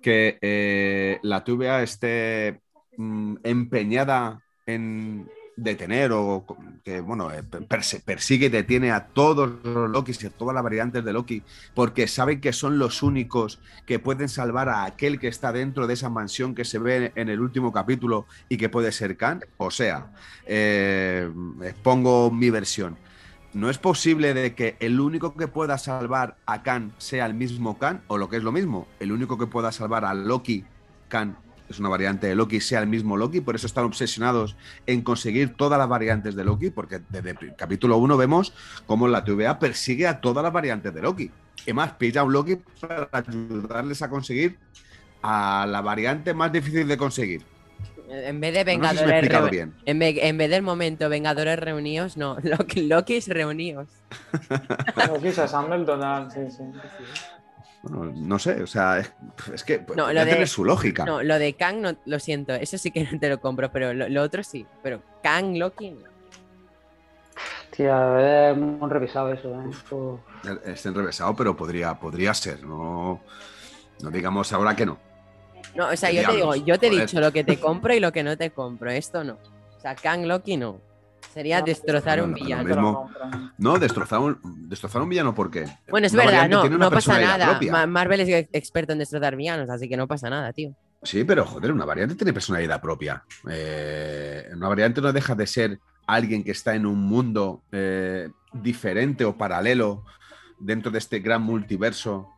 S4: que eh, la TVA esté mm, empeñada en detener o co- que, bueno, eh, per- perse- persigue y detiene a todos los Lokis y a todas las variantes de Loki porque saben que son los únicos que pueden salvar a aquel que está dentro de esa mansión que se ve en el último capítulo y que puede ser Khan? O sea, eh, expongo mi versión. ¿No es posible de que el único que pueda salvar a Khan sea el mismo Khan? O lo que es lo mismo, el único que pueda salvar a Loki, Khan, es una variante de Loki, sea el mismo Loki. Por eso están obsesionados en conseguir todas las variantes de Loki, porque desde el capítulo 1 vemos cómo la TVA persigue a todas las variantes de Loki. Y más, pilla a un Loki para ayudarles a conseguir a la variante más difícil de conseguir.
S1: En vez de
S4: No sé si
S1: Vengadores
S4: me he explicado
S1: reuni-
S4: bien.
S1: en, ve- en vez del momento Vengadores reunidos, no. Loki, Lokis reunidos.
S5: Loki se asambla el total, sí, sí.
S4: Bueno, no sé, o sea, es, es que
S1: lo
S4: podría
S1: de-
S4: tener su lógica.
S1: No, lo de Kang, no, lo siento. Eso sí que no te lo compro, pero lo, lo otro sí. Pero Kang, Loki, no.
S6: Hostia, es muy revisado eso, ¿eh? Esto-
S4: Está enrevesado, pero podría, podría ser. No, no digamos ahora que no.
S1: No, o sea,
S4: ¿Qué
S1: yo te digo,
S4: diablos?
S1: yo te he
S4: Joder.
S1: dicho lo que te compro y lo que no te compro. Esto no. O sea, Kang, Loki, no. Sería
S5: No,
S1: destrozar
S4: no,
S1: un
S4: no, no,
S5: Yo
S4: Al
S5: te
S1: villano.
S5: lo
S4: mismo-
S5: compro.
S4: No, destrozar un, destrozar un villano, ¿por qué?
S1: Bueno, es
S4: Una
S1: verdad,
S4: variante
S1: no,
S4: tiene una
S1: no pasa
S4: personalidad
S1: nada.
S4: propia.
S1: Ma- Marvel es ex- experto en destrozar villanos, así que no pasa nada, tío.
S4: Sí, pero joder, una variante tiene personalidad propia. Eh, una variante no deja de ser alguien que está en un mundo eh, diferente o paralelo dentro de este gran multiverso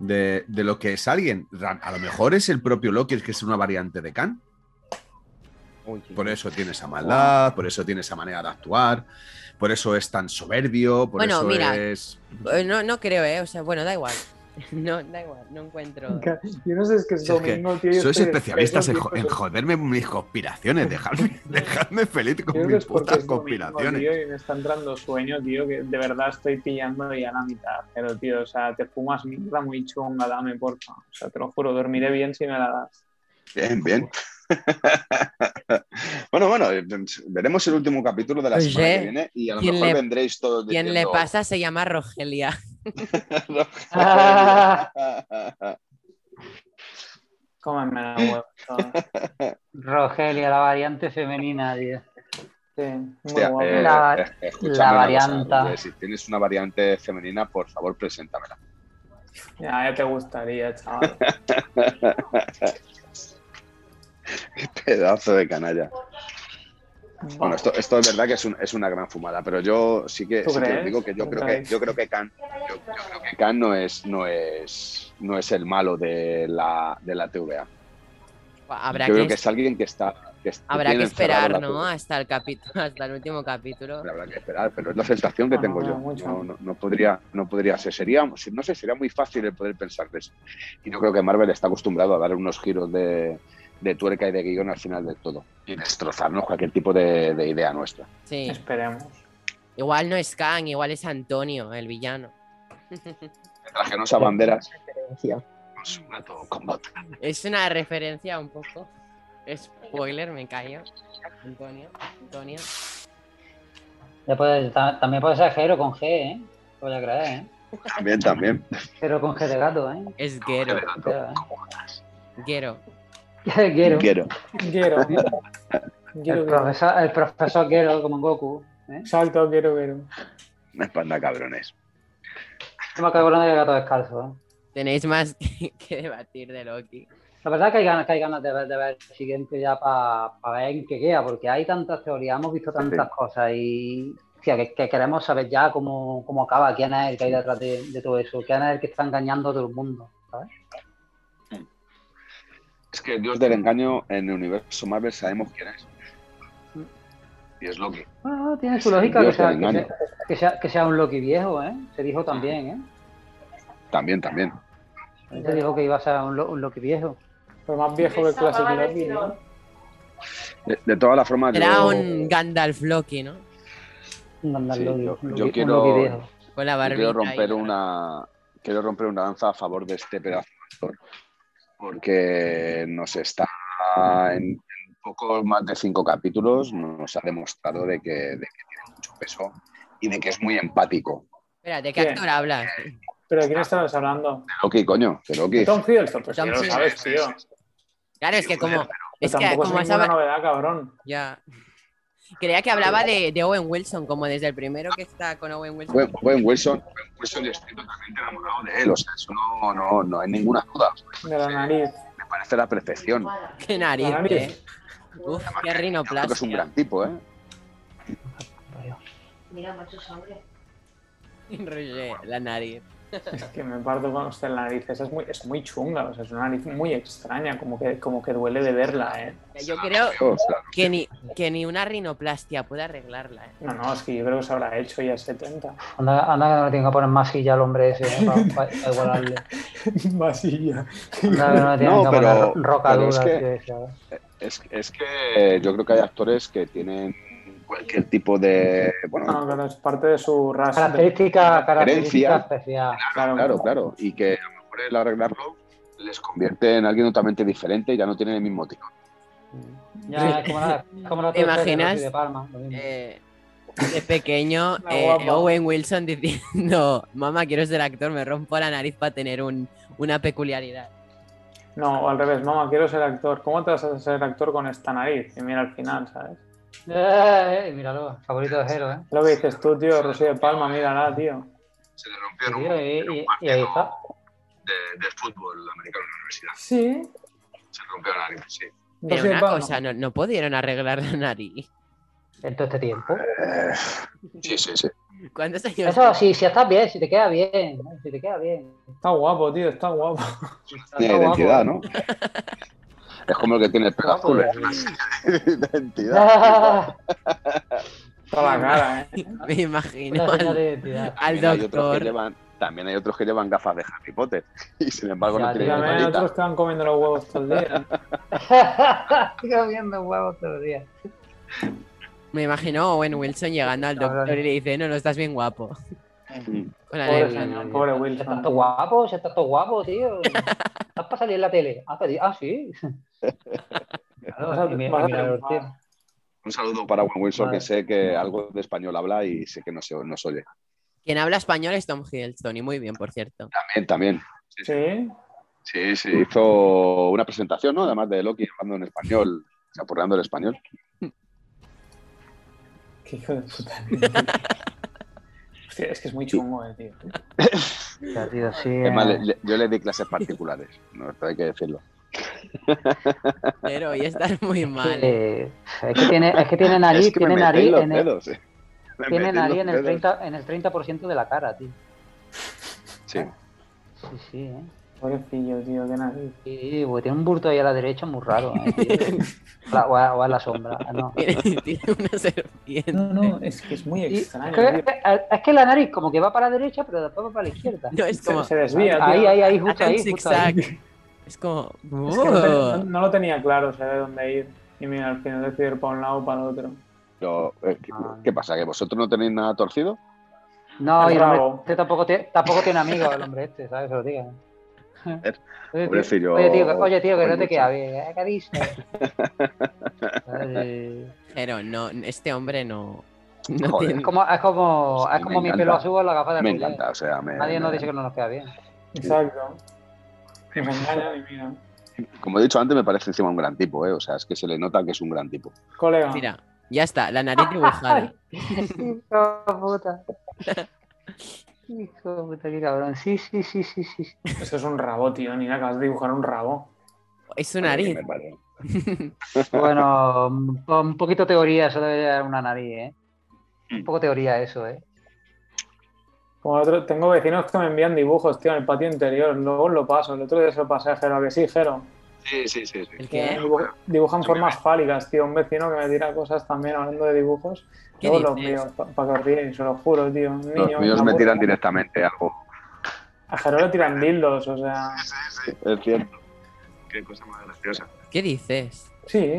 S4: de, de lo que es alguien. Ra- A lo mejor es el propio Loki el que es una variante de Khan. Por eso tiene esa maldad, por eso tiene esa manera de actuar, por eso es tan soberbio, por
S1: Bueno,
S4: eso
S1: mira,
S4: es.
S1: Eh, No, no creo, ¿eh? O sea, bueno, da igual. No, da igual, no encuentro.
S5: Yo no sé, es que es
S4: Si es que
S5: domingo, tío. yo
S4: Sois
S5: estoy
S4: especialistas en, jo-
S5: despierto,
S4: en joderme mis conspiraciones. Dejadme, dejadme feliz
S5: Yo
S4: con
S5: creo que es
S4: mis
S5: porque
S4: putas
S5: es domingo,
S4: conspiraciones.
S5: tío, y me está entrando sueño, tío, que de verdad estoy pillando ya la mitad. Pero, tío, o sea, te fumas mierda muy chunga, dame, porfa. O sea, te lo juro, dormiré bien si me la das.
S3: Bien, bien. bueno, bueno, eh, veremos el último capítulo de la
S1: Oye,
S3: semana que viene y a lo
S1: Pues ¿quién
S3: mejor
S1: le-
S3: vendréis todos
S1: Quien le
S3: diciendo-
S1: pasa se llama Rogelia.
S5: Cómeme la huevo.
S6: Rogelia, la variante femenina, tío.
S5: Sí, muy
S3: Hostia,
S5: guapo.
S3: eh,
S6: La-
S3: eh, escúchame
S6: la
S3: una
S6: varianta.
S3: cosa, Roger, si tienes una variante femenina, por favor, preséntamela.
S5: Ya, ya te gustaría, chaval.
S3: Pedazo de canalla. Bueno, esto, esto es verdad que es, un- es una gran fumada, pero yo sí que,
S5: ¿Tú
S3: sí que
S5: crees?
S3: os digo que yo
S5: ¿Tú
S3: creo que
S5: crees?
S3: yo creo que Khan, yo, yo creo que Khan no es no es no es el malo de la, de la TVA.
S1: Habrá
S3: yo
S1: que,
S3: creo que es alguien que está que es-
S1: habrá
S3: tiene
S1: que
S3: encerrado
S1: esperar,
S3: la
S1: ¿no?
S3: TVA.
S1: Hasta el capítulo, hasta el último capítulo.
S3: Habrá que esperar, pero es la sensación que
S5: Ah,
S3: tengo yo.
S5: mucho.
S3: No, no- no podría, no podría ser. Sería, no sé, sería muy fácil el poder pensar de eso. Y yo creo que Marvel está acostumbrado a dar unos giros de, de tuerca y de guión al final de todo y destrozarnos cualquier tipo de, de idea nuestra.
S1: Sí.
S5: Esperemos.
S1: Igual no es Kang, igual es Antonio, el villano.
S3: Trajenos a banderas
S2: referencia.
S3: Gato con bota.
S1: Es una referencia un poco. Spoiler, me callo. Antonio, Antonio.
S6: Ya puede- ta- también puede ser Gero con G, ¿eh? Voy a creer, ¿eh?
S3: También, también.
S6: Gero con G de gato, ¿eh?
S1: Es Gero.
S6: Gero,
S1: Gero.
S6: ¿eh? Gero.
S3: Quiero.
S5: Quiero.
S6: El
S5: Quiero, quiero.
S6: profesor, el profesor Gero, como en Goku. ¿eh?
S5: Salto, quiero, quiero.
S3: Una espalda cabrones.
S6: No me cago en el gato descalzo, ¿eh?
S1: Tenéis más que, que debatir de Loki.
S6: La verdad que hay ganas, que hay ganas de, ver, de ver el siguiente ya para ver en qué queda, porque hay tantas teorías, hemos visto tantas cosas y hostia, que, que queremos saber ya cómo, cómo acaba, quién es el que hay detrás de, de todo eso, quién es el que está engañando a todo el mundo. ¿sabes?
S3: Es que el dios del engaño en el universo Marvel sabemos quién es. Y es Loki.
S6: Bueno, tiene su
S3: Sí,
S6: lógica
S3: yo
S6: que sea,
S3: te
S6: que,
S3: engaño.
S6: sea, que sea- que sea un Loki viejo, ¿eh? Se dijo también, ¿eh?
S3: También, también.
S6: Se dijo que iba a ser un, Lo- un Loki viejo.
S5: Pero más viejo que el Classic Loki, ¿no?
S3: De, de todas las formas,
S1: Era
S3: yo-
S1: un Gandalf Loki, ¿no?
S6: Un Gandalf
S3: Sí,
S6: Loki,
S3: yo- yo
S6: un Loki- un
S3: quiero-
S6: Loki viejo.
S1: Con la
S3: Yo
S1: barbita.
S3: quiero
S1: ahí.
S3: romper una quiero romper una lanza a favor de este pedazo de actor porque nos está en, en poco más de cinco capítulos nos ha demostrado de que, de que tiene mucho peso y de que es muy empático
S1: Espérate, ¿de qué
S5: ¿Qué?
S1: actor hablas?
S5: ¿Pero de quién estabas hablando?
S3: Loki coño de
S5: ¿De
S3: Loki
S5: Tom Hiddleston? Pues sí,
S1: Tom
S5: lo
S1: Hiddleston.
S5: sabes, tío.
S1: Claro, es que como.
S5: Pero
S1: Es que
S5: tampoco
S1: como
S5: es
S1: has
S5: ninguna
S1: hab-
S5: novedad, cabrón.
S1: Ya. Creía que hablaba de, de Owen Wilson, como desde el primero que está con Owen Wilson.
S3: Gwen, Gwen Wilson Gwen Wilson yo estoy totalmente enamorado de él o sea eso no, no, no hay ninguna duda
S5: De la nariz.
S3: me parece la perfección
S1: Qué nariz,
S5: La nariz.
S1: eh. Uf, qué
S3: creo que es un
S1: rinoplastia.
S3: gran tipo eh
S7: Mira, macho sangre.
S1: Roger, la nariz.
S5: Es que me parto con usted la nariz. Esa es muy, es muy chunga, o sea, es una nariz muy extraña, como que, como que duele de verla, ¿eh?
S1: Yo creo
S3: O sea,
S1: que ni, que ni una rinoplastia puede arreglarla, eh.
S5: No, no, es que yo creo que se habrá hecho ya 70.
S6: Anda, anda que no le tengo que poner más silla al hombre ese, ¿eh? para igualarle.
S5: Vasilla.
S6: Anda que no le tienen
S3: No,
S6: que
S3: pero-
S6: poner roca
S3: pero es
S6: dura,
S3: que-
S6: tío, ese, ¿eh?
S3: Es, es que yo creo que hay actores que tienen cualquier tipo de. Bueno,
S5: No, claro, es parte de su raza.
S6: Característica, característica
S3: Herencia.
S6: especial.
S5: claro,
S3: claro, claro. Y que a lo mejor el arreglarlo les convierte en alguien totalmente diferente y ya no tienen el mismo tipo.
S6: Ya, es como la, como la
S1: ¿Te
S6: torta de
S1: imaginas?
S6: Rosy de Palma, lo mismo.
S1: Eh, de pequeño,
S5: La
S1: eh,
S5: guapa.
S1: Owen Wilson diciendo, mamá, quiero ser actor, me rompo la nariz para tener un, una peculiaridad.
S5: No, o al revés, mamá, quiero ser actor. ¿Cómo te vas a ser actor con esta nariz? Y mira al final, ¿sabes?
S6: Eh, eh, míralo, favorito de Jero, ¿eh?
S5: Lo que dices tú, tío, Rocío de Palma, mírala, tío.
S3: Se le
S6: Sí,
S3: rompieron
S6: tío, y, y- y ahí está.
S3: de, fútbol americano en la universidad.
S5: Sí.
S3: Se rompió la nariz, sí.
S1: Pero
S5: Rocío de
S1: una
S5: Palma.
S1: cosa, no, no pudieron arreglar la nariz.
S6: En todo este tiempo.
S3: sí, Eh, sí, sí.
S1: ¿Cuántos años?
S6: Eso, si, si estás bien, si te queda bien, ¿no? si te queda bien.
S5: Está guapo, tío, está guapo.
S3: Tiene
S6: Está
S3: identidad,
S6: guapo. eh.
S3: ¿no? Es como el que tiene el pelo
S6: Guapo,
S3: azul.
S6: ¿eh?
S3: es una identidad.
S6: Ah,
S5: Toda la cara, ¿eh?
S1: Me imagino
S6: Una señal
S1: al,
S6: de identidad.
S1: al
S3: Mira, hay otros que
S1: doctor.
S3: llevan, También hay otros que llevan gafas de Harry Potter y sin embargo
S6: Ya,
S3: no
S5: Y
S3: tienen
S5: también hay
S3: gorrita.
S5: eh, otros que van comiendo los huevos todo el día.
S6: Estoy comiendo huevos todos los días.
S1: Me imagino a Owen Wilson llegando al
S6: Cabrón.
S1: doctor y le dice, no, no estás bien guapo.
S3: Mm.
S1: Con la
S5: Pobre
S1: nariz.
S5: señor, pobre
S6: Si estás
S5: Wilson.
S6: todo guapo, si estás todo guapo, tío. Estás para salir en la tele. Ah, pero- ah, sí. Claro,
S5: Vas a-
S6: y mi-
S5: vas a
S6: mi mirador, tío.
S5: triunfar.
S3: Un saludo para Owen Wilson,
S6: Vale.
S3: que sé que algo de español habla y sé que no se, no se oye.
S1: Quien habla español es Tom Hiddleston y muy bien, por cierto.
S3: También, también.
S5: Sí,
S3: Sí, sí, hizo una presentación, ¿no? Además de Loki hablando en español, o sea, porreando el español.
S5: qué hijo de puta. Hostia, es que es muy chungo, eh, tío.
S6: Ya, tío, sí, eh.
S3: Además, le- le- yo le di clases particulares, no, esto hay que decirlo.
S1: Pero hoy estás muy mal.
S6: Eh, es que tiene, es que tiene nariz,
S3: Es que me
S6: tiene
S3: metí
S6: nariz,
S3: en los
S6: en el,
S3: dedos, eh. Me metí
S6: tiene
S3: en
S6: nariz
S3: los
S6: en el
S3: dedos.
S6: 30, en el 30% de la cara, tío.
S3: Sí.
S6: Sí, sí, eh.
S5: Pobrecillo, tío, qué nariz.
S6: Sí, porque tiene un burto ahí a la derecha muy raro, eh, tío. O a- o, a, o a la sombra. ah, No.
S1: Tiene tiene una serpiente.
S5: No, no, es que es muy
S6: Y-
S5: extraño.
S6: creo-
S5: tío.
S6: es, es que la nariz como que va para la derecha, pero después va para la izquierda.
S1: No, es como...
S5: Se, se desvía, tío.
S6: Ahí, ahí, ahí,
S1: hace
S6: justo
S1: un
S6: ahí. Justo ahí.
S1: zigzag. Es como...
S5: Es que
S6: Uh.
S5: no, te-
S1: "Oh".
S5: no- no lo tenía claro, sabe dónde ir. Y mira, al final decidió ir para un lado o para el otro.
S3: Pero, eh, ¿qué,
S6: Ah.
S3: qué pasa? ¿Que vosotros no tenéis nada torcido?
S6: No,
S5: Es
S6: y el hombre
S5: bravo.
S6: este tampoco, tiene, tampoco tiene amigos, el hombre este, ¿sabes? Se lo diga. Oye, tío,
S3: pobrecillo,
S6: oye, tío, que- oye, tío, que no
S3: Oye,
S6: te queda bien. ¿eh? ¿Qué dices? Ay,
S1: Pero no, este hombre no... no
S3: Joder.
S6: Es
S1: tiene-
S6: como, es como,
S3: Sí,
S6: es como
S3: me
S6: mi
S3: encanta.
S6: pelo azul o la gafa de
S3: Me
S6: rubio.
S3: encanta, o sea, me,
S6: Nadie nos
S3: me-
S6: dice que no nos queda bien.
S5: Exacto. Y me engañan y mira.
S3: como he dicho antes, me parece encima un gran tipo, ¿eh? O sea, es que se le nota que es un gran tipo.
S5: Colega.
S1: Mira, ya está, la nariz dibujada.
S6: Hijo de puta. Hijo de puta, qué cabrón. Sí, sí, sí, sí, sí. sí.
S5: Eso es un rabo, tío. Ni acabas de dibujar un rabo.
S1: Es su nariz.
S3: Me parece.
S6: Bueno, un po- un poquito teoría eso de una nariz, ¿eh?
S3: Mm.
S6: Un poco teoría eso, ¿eh?
S5: Como el otro- tengo vecinos que me envían dibujos, tío, en el patio interior. Luego lo paso. El otro día se lo pasé a Jero, ¿a que sí, Jero.
S3: Sí, sí, sí. sí.
S1: ¿El
S5: Que
S1: qué?
S5: dibu- dibujan formas fálicas, tío. Un vecino que me tira cosas también hablando de dibujos.
S1: ¿Qué
S5: Luego los
S1: dices?
S5: míos, para que os ríen, se lo juro, tío. Un
S3: Los
S5: niño,
S3: míos
S5: una
S3: me
S5: puta.
S3: tiran directamente algo.
S5: A Jero le tiran dildos, o sea.
S3: Sí, es cierto. Qué cosa más graciosa.
S1: ¿Qué dices?
S5: Sí, ¿eh?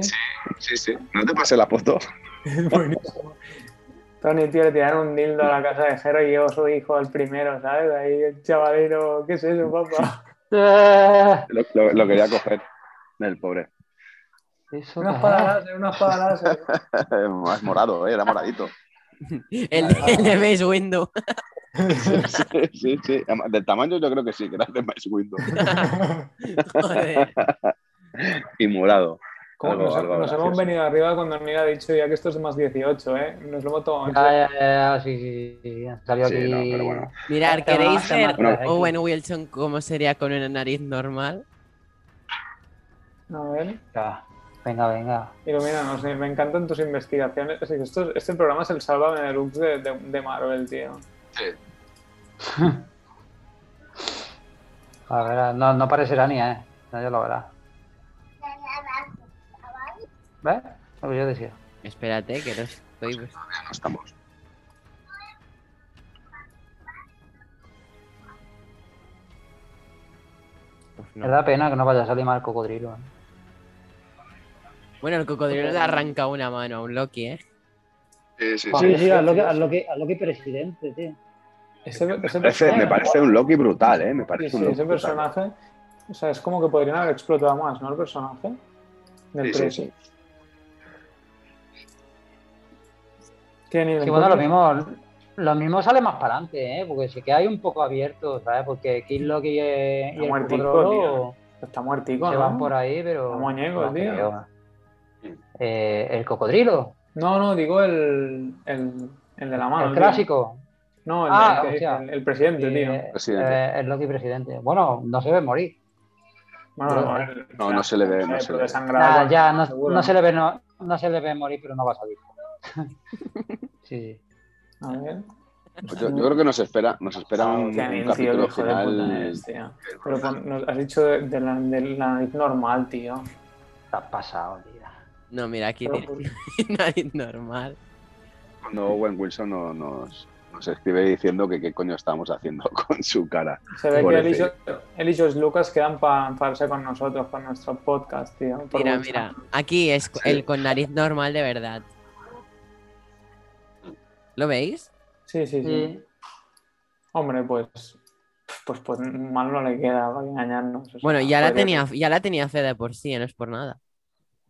S3: Sí, sí. No te pasé la foto.
S5: Buenísimo. Tony, tío, le tiraron un dildo a la casa de Jero y llegó su hijo el primero, ¿sabes? Ahí el chavalero, ¿qué es eso, papá?
S6: Ah,
S3: Lo, lo- lo quería coger. El pobre.
S6: Eso
S5: Una
S6: qué
S5: espada
S6: es.
S5: láser, una espada láser.
S3: Más morado, ¿eh? Era moradito.
S1: El, de- el de Mace Windu.
S3: Sí, sí, sí. Además, Del tamaño yo creo que sí, que era de Mace Window.
S1: Joder.
S3: Y morado.
S5: ¿Cómo
S3: Algo-
S5: nos,
S3: algo
S5: nos hemos
S3: gracioso.
S5: venido arriba cuando Neil ha dicho ya que esto es más 18, ¿eh? Nos lo hemos tomado en serio.
S6: Ya, ya, ya, sí, sí, sí, han salido
S3: Sí,
S6: aquí.
S3: no, pero bueno.
S1: Mirad, ¿queréis
S6: Hasta
S1: ver
S6: más, hasta más.
S1: Owen Wilson cómo sería con una nariz normal?
S5: A ver,
S6: Ya, Venga, venga.
S5: ilumínanos, Neil, me encantan tus investigaciones. Es que esto- este programa es el Sálvame Deluxe de, de, de Marvel, tío.
S6: A ver, no, no aparecerá ni, ¿eh? No, ya lo verá. ¿Ves? Lo que yo decía.
S1: Espérate, que no estoy.
S3: Ya no estamos.
S1: Uf,
S6: Me
S1: no.
S6: da pena que no vaya a salir mal el cocodrilo. ¿eh?
S1: Bueno, el cocodrilo le arranca una mano a un Loki, ¿eh?
S3: Sí, sí,
S5: sí, sí, a lo que- a
S6: lo que, presidente, tío.
S5: Ese, ese
S3: Parece- me
S5: personaje-
S3: parece un Loki brutal, ¿eh? Me
S5: Sí,
S3: parece
S5: sí,
S3: un Loki
S5: ese
S3: brutal.
S5: personaje. O sea, es como que podrían haber explotado más, ¿no? El personaje. Del
S3: Sí, sí,
S5: Presi.
S3: sí.
S5: Qué nivel,
S6: Sí, bueno, lo
S5: ¿no?
S6: mismo, lo mismo sale más para adelante, ¿eh? Porque sí que hay un poco abierto, ¿sabes? Porque Kid Loki y, eh, y
S5: Está
S6: el
S5: muertico,
S6: Cocodrilo
S5: Está muertico,
S6: se
S5: ¿no?
S6: van por ahí, pero...
S5: Está muñeco,
S6: no
S5: tío.
S6: creo. Eh, el Cocodrilo,
S5: No, no, digo el, el, el de la mano.
S6: el
S5: tío.
S6: clásico.
S5: No, el, el
S6: Ah,
S5: que-
S6: hostia.
S5: el- el presidente,
S6: eh,
S5: tío.
S3: Presidente.
S6: eh, el Loki presidente. Bueno, no se ve morir.
S5: Bueno,
S6: pero-
S5: no, el-
S3: No, no se le ve, no se le ve.
S5: desangrado,
S6: Ya,
S5: bueno,
S6: ya, no,
S5: seguro.
S6: no se le ve, no, no se le ve morir, pero no va a salir. sí, sí.
S5: A ver.
S3: Pues yo, yo creo que nos espera, nos espera un,
S5: Qué
S3: un
S5: bien, tío,
S3: capítulo
S5: hijo de puta este.
S3: final.
S5: eres, tío. Pero con- nos has dicho de, de la, de la nariz normal, tío.
S6: Está pasado, tío.
S1: No, mira, aquí
S5: Pero,
S1: tiene
S5: pues,
S1: nariz normal.
S3: Cuando Owen Wilson no- nos, nos escribe diciendo que qué coño estamos haciendo con su cara.
S5: Se ve
S3: Por
S5: que
S3: ese-
S5: Elisos, Elisos Lucas quedan para enfadarse con nosotros, con nuestro podcast, tío. por
S1: Mira,
S5: WhatsApp.
S1: mira, aquí es co- el con nariz normal de verdad. ¿Lo veis?
S5: Sí, sí, sí.
S6: Sí.
S5: Hombre, pues, pues, pues mal no le queda para engañarnos. o sea,
S1: Bueno, ya la
S5: podría-
S1: tenía, ya la tenía fe de por sí, no es por nada.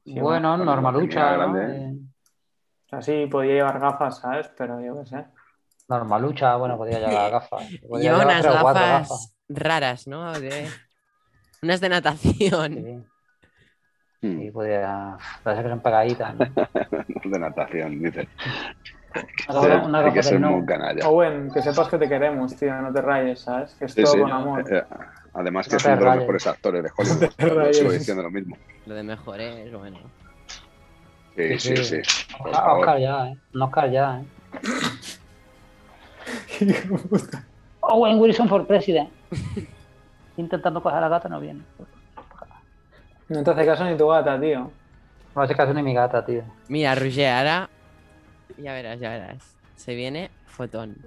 S5: Sí,
S6: bueno,
S3: bueno,
S6: normalucha.
S3: tenía
S6: ¿no?
S3: grande.
S6: Eh,
S5: O sea, sí, podía llevar gafas, ¿sabes? Pero yo qué sé.
S6: Normalucha, bueno, podía llevar gafas. Podía
S1: Lleva
S6: llevar
S1: unas
S6: tres o cuatro
S1: gafas raras, ¿no? De- Unas de natación.
S6: Sí,
S3: Hmm,
S6: sí, podía. Parece que son pegaditas. ¿no?
S3: De natación, dice.
S6: Unas gafas- unas
S3: Hay que
S6: gafas
S3: ser
S6: del
S3: muy
S6: no.
S3: canalla.
S5: Owen, que sepas que te queremos, tío, no te rayes, ¿sabes? Que es todo
S3: Sí, sí.
S5: con amor.
S3: Eh, Además que
S6: No
S3: es
S6: te
S3: uno de los
S6: rayes.
S3: mejores actores de Hollywood.
S5: te rayes.
S3: Sigo diciendo lo mismo.
S1: Lo de mejores, bueno.
S3: Sí, sí,
S6: Sí,
S3: sí.
S6: sí.
S3: Por
S6: Oscar,
S3: favor.
S6: Oscar ya, ¿eh? Un Oscar ya, ¿eh?
S5: Hijo de puta.
S6: Owen Wilson for president. Intentando coger a la gata, no viene.
S3: eh.
S5: no te hace caso ni tu gata, tío.
S6: No hace caso ni mi gata, tío.
S1: Mira, Roger, ahora. Ya verás, ya verás. Se viene fotón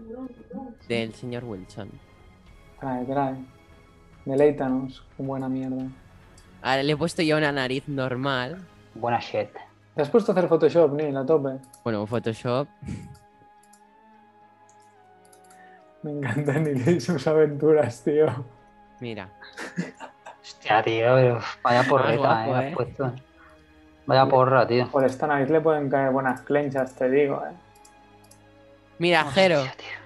S1: del señor Wilson.
S5: Trae, trae. Deleítanos, buena mierda.
S1: Ahora le he puesto yo una nariz normal.
S6: Buena shit.
S5: ¿Te has puesto a hacer Photoshop, Neil, a tope?
S1: Bueno, un Photoshop.
S5: Me encantan Neil y sus aventuras, tío.
S1: Mira.
S6: Hostia, tío, pero vaya porreta,
S1: guapo,
S6: eh, me has
S1: eh.
S6: puesto. Vaya porra, tío.
S5: Por esta nariz le pueden caer buenas clenchas, te digo, eh. Ah.
S1: Mira, Jero.
S6: Hostia,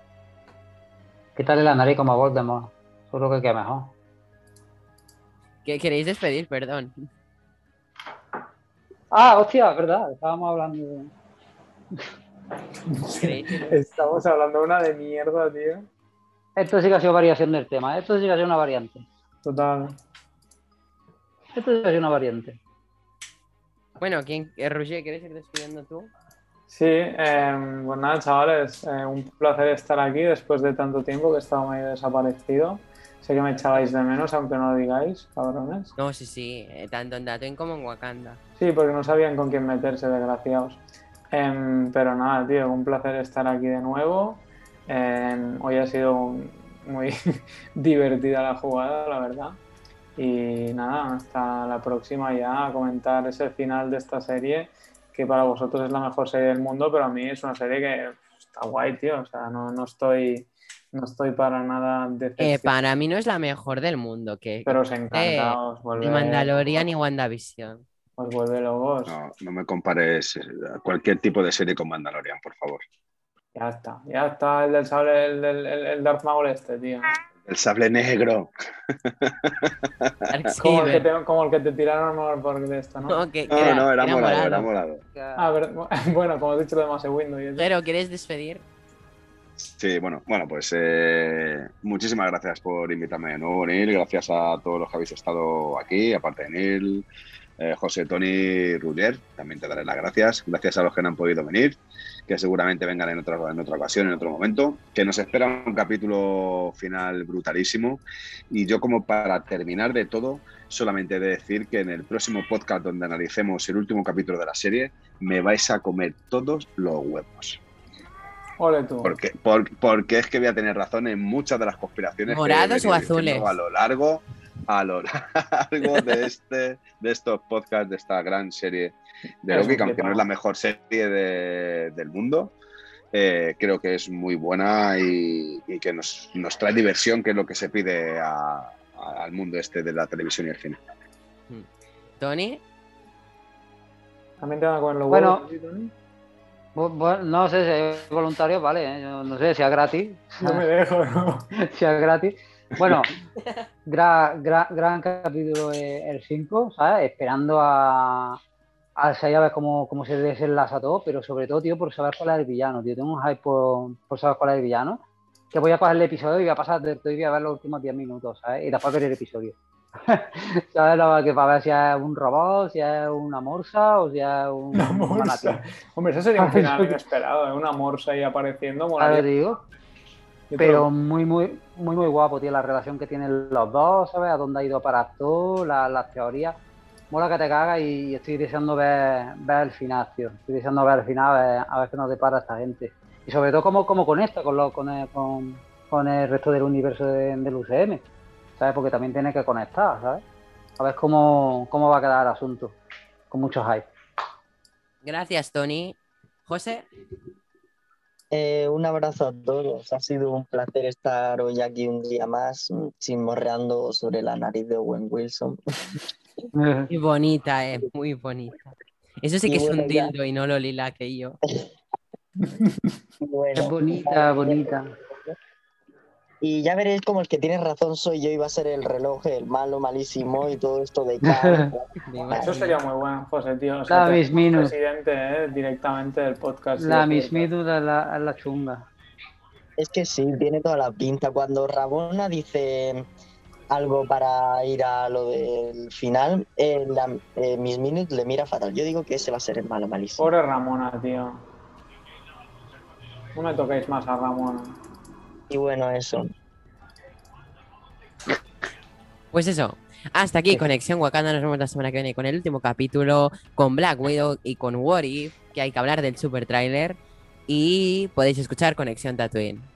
S6: tío. Quítale la nariz como a Voldemort. Seguro que queda mejor.
S1: ¿Qué queréis despedir? Perdón.
S6: Ah, hostia, es verdad. Estábamos hablando de...
S1: ¿Queréis-
S5: Estamos hablando una de mierda, tío.
S6: Esto sí que ha sido variación del tema. ¿eh? Esto sí que ha sido una variante.
S5: Total.
S6: Esto sí que ha sido una variante.
S1: Bueno, ¿quién, eh, Roger, ¿quieres ir despidiendo tú?
S5: Sí, eh, pues nada, chavales, eh, un placer estar aquí después de tanto tiempo que he estado medio desaparecido. Sé que me echabais de menos, aunque no lo digáis, cabrones.
S1: No, sí, sí. eh, tanto en Datoin como en Wakanda.
S5: Sí, porque no sabían con quién meterse, desgraciados. Em, pero nada, tío, un placer estar aquí de nuevo. Em, hoy ha sido un- muy divertida la jugada, la verdad. Y nada, hasta la próxima ya a comentar ese final de esta serie, que para vosotros es la mejor serie del mundo, pero a mí es una serie que pff, está guay, tío. O sea, no, no estoy, no estoy para nada
S1: Eh,
S5: decepcionado,
S1: para mí no es la mejor del mundo. Que
S5: pero os encanta,
S1: eh,
S5: os vuelve,
S1: ni Mandalorian ni WandaVision.
S5: os vuelve locos.
S3: No, no me compares eh, cualquier tipo de serie con Mandalorian, por favor.
S5: Ya está, ya está el del sable, el, del el, el Darth Maul este, tío.
S3: El sable negro.
S1: Dark
S5: Como el, que
S1: Saber.
S5: te, como el que te tiraron por, por de esto, ¿no?
S1: No, que- que
S3: No,
S1: era-
S3: no,
S1: que
S3: era
S1: era
S3: morado,
S1: morado.
S3: era morado.
S5: Ah, ver- bueno, como he dicho lo de Mase Windows. y
S6: Eh.
S5: eso.
S1: Jero, ¿quieres despedir?
S3: Sí, bueno, bueno, pues eh, muchísimas gracias por invitarme de nuevo, Neil. Gracias a todos los que habéis estado aquí, aparte de Neil, eh, José, Tony, Ruller, también te daré las gracias. Gracias a los que no han podido venir, que seguramente vengan en otra, en otra ocasión, en otro momento. Que nos espera un capítulo final brutalísimo. Y yo, como para terminar de todo, solamente he de decir que en el próximo podcast donde analicemos el último capítulo de la serie, me vais a comer todos los huevos.
S5: Ole tú.
S3: Porque, por- porque es que voy a tener razón en muchas de las conspiraciones. que
S1: ¿Morados
S3: he venido
S1: o azules?
S3: diciendo A lo largo, a lo largo de, este, de estos podcasts, de esta gran serie de
S5: Es
S3: Loki,
S5: un
S3: que aunque no
S5: flipado.
S3: es la mejor serie de- del mundo, eh, creo que es muy buena y, y que nos, nos trae diversión, que es lo que se pide a- a- al mundo este de la televisión y el cine.
S1: Tony,
S5: También te van a comer los
S6: Bueno.
S5: huevos. ¿sí, Tony?
S6: Bu- Bueno, no sé si es voluntario, vale, eh, yo no sé si es gratis,
S5: No me dejo, ¿no?
S6: si es gratis. Bueno, gra- gra- gran capítulo eh, el 5, ¿sabes? Esperando a, al 6 a ver cómo, cómo se desenlaza todo, pero sobre todo, tío, por saber cuál es el villano, tío. Tengo un hype por, por saber cuál es el villano, que voy a coger el episodio y voy a pasar de todo y voy a ver los últimos 10 minutos, ¿sabes? Y después ver el episodio. ¿Sabes? Lo que para ver si es un robot, si es una morsa o si es un...
S5: Una
S6: un
S5: morsa.
S6: manatí.
S5: Hombre, eso sería un final inesperado, ¿eh? Una morsa ahí apareciendo.
S6: Claro,
S5: molaría.
S6: te digo.
S5: Yo te
S6: Pero
S5: lo-
S6: muy, muy, muy, muy guapo, tío, la relación que tienen los dos, ¿sabes? A dónde ha ido para todo, la- las teorías. mola que te cagas y estoy deseando ver, ver el final, tío. Estoy deseando ver el final, a ver, a ver qué nos depara esta gente. Y sobre todo cómo, cómo conecta con, lo, con, el, con, con el resto del universo de- del UCM, ¿sabes? Porque también tiene que conectar, ¿sabes? A ver cómo, cómo va a quedar el asunto, con mucho hype.
S1: Gracias, Tony. José,
S2: Eh, un abrazo a todos. Ha sido un placer estar hoy aquí un día más, mm, chismorreando sobre la nariz de Owen Wilson.
S1: muy bonita, eh, muy bonita. Eso sí
S2: Y
S1: que es
S2: bueno,
S1: un
S2: ya.
S1: dildo y no lo lila que yo.
S2: Bueno,
S6: Es bonita, bonita.
S2: Y ya veréis como el que tiene razón soy yo, iba a ser el reloj, el malo, malísimo y todo esto de Khan.
S5: Eso sería muy bueno, José, tío. O
S6: La
S5: te-
S6: Miss Minu.
S5: Presidente, eh, directamente del podcast.
S6: La
S5: Sí,
S6: Miss Midu es la, es la chunga.
S2: Es que sí, tiene toda la pinta. Cuando Rabona dice algo para ir a lo del final, eh, la- eh, Miss Minutes le mira fatal. Yo digo que ese va a ser el malo, malísimo.
S5: Pobre Ramona, tío. No me toquéis más a Ramona.
S2: Y bueno, eso.
S1: Pues eso, hasta aquí Conexión Wakanda. Nos vemos la semana que viene con el último capítulo, con Black Widow y con What If, que hay que hablar del super tráiler. Y podéis escuchar Conexión Tatooine.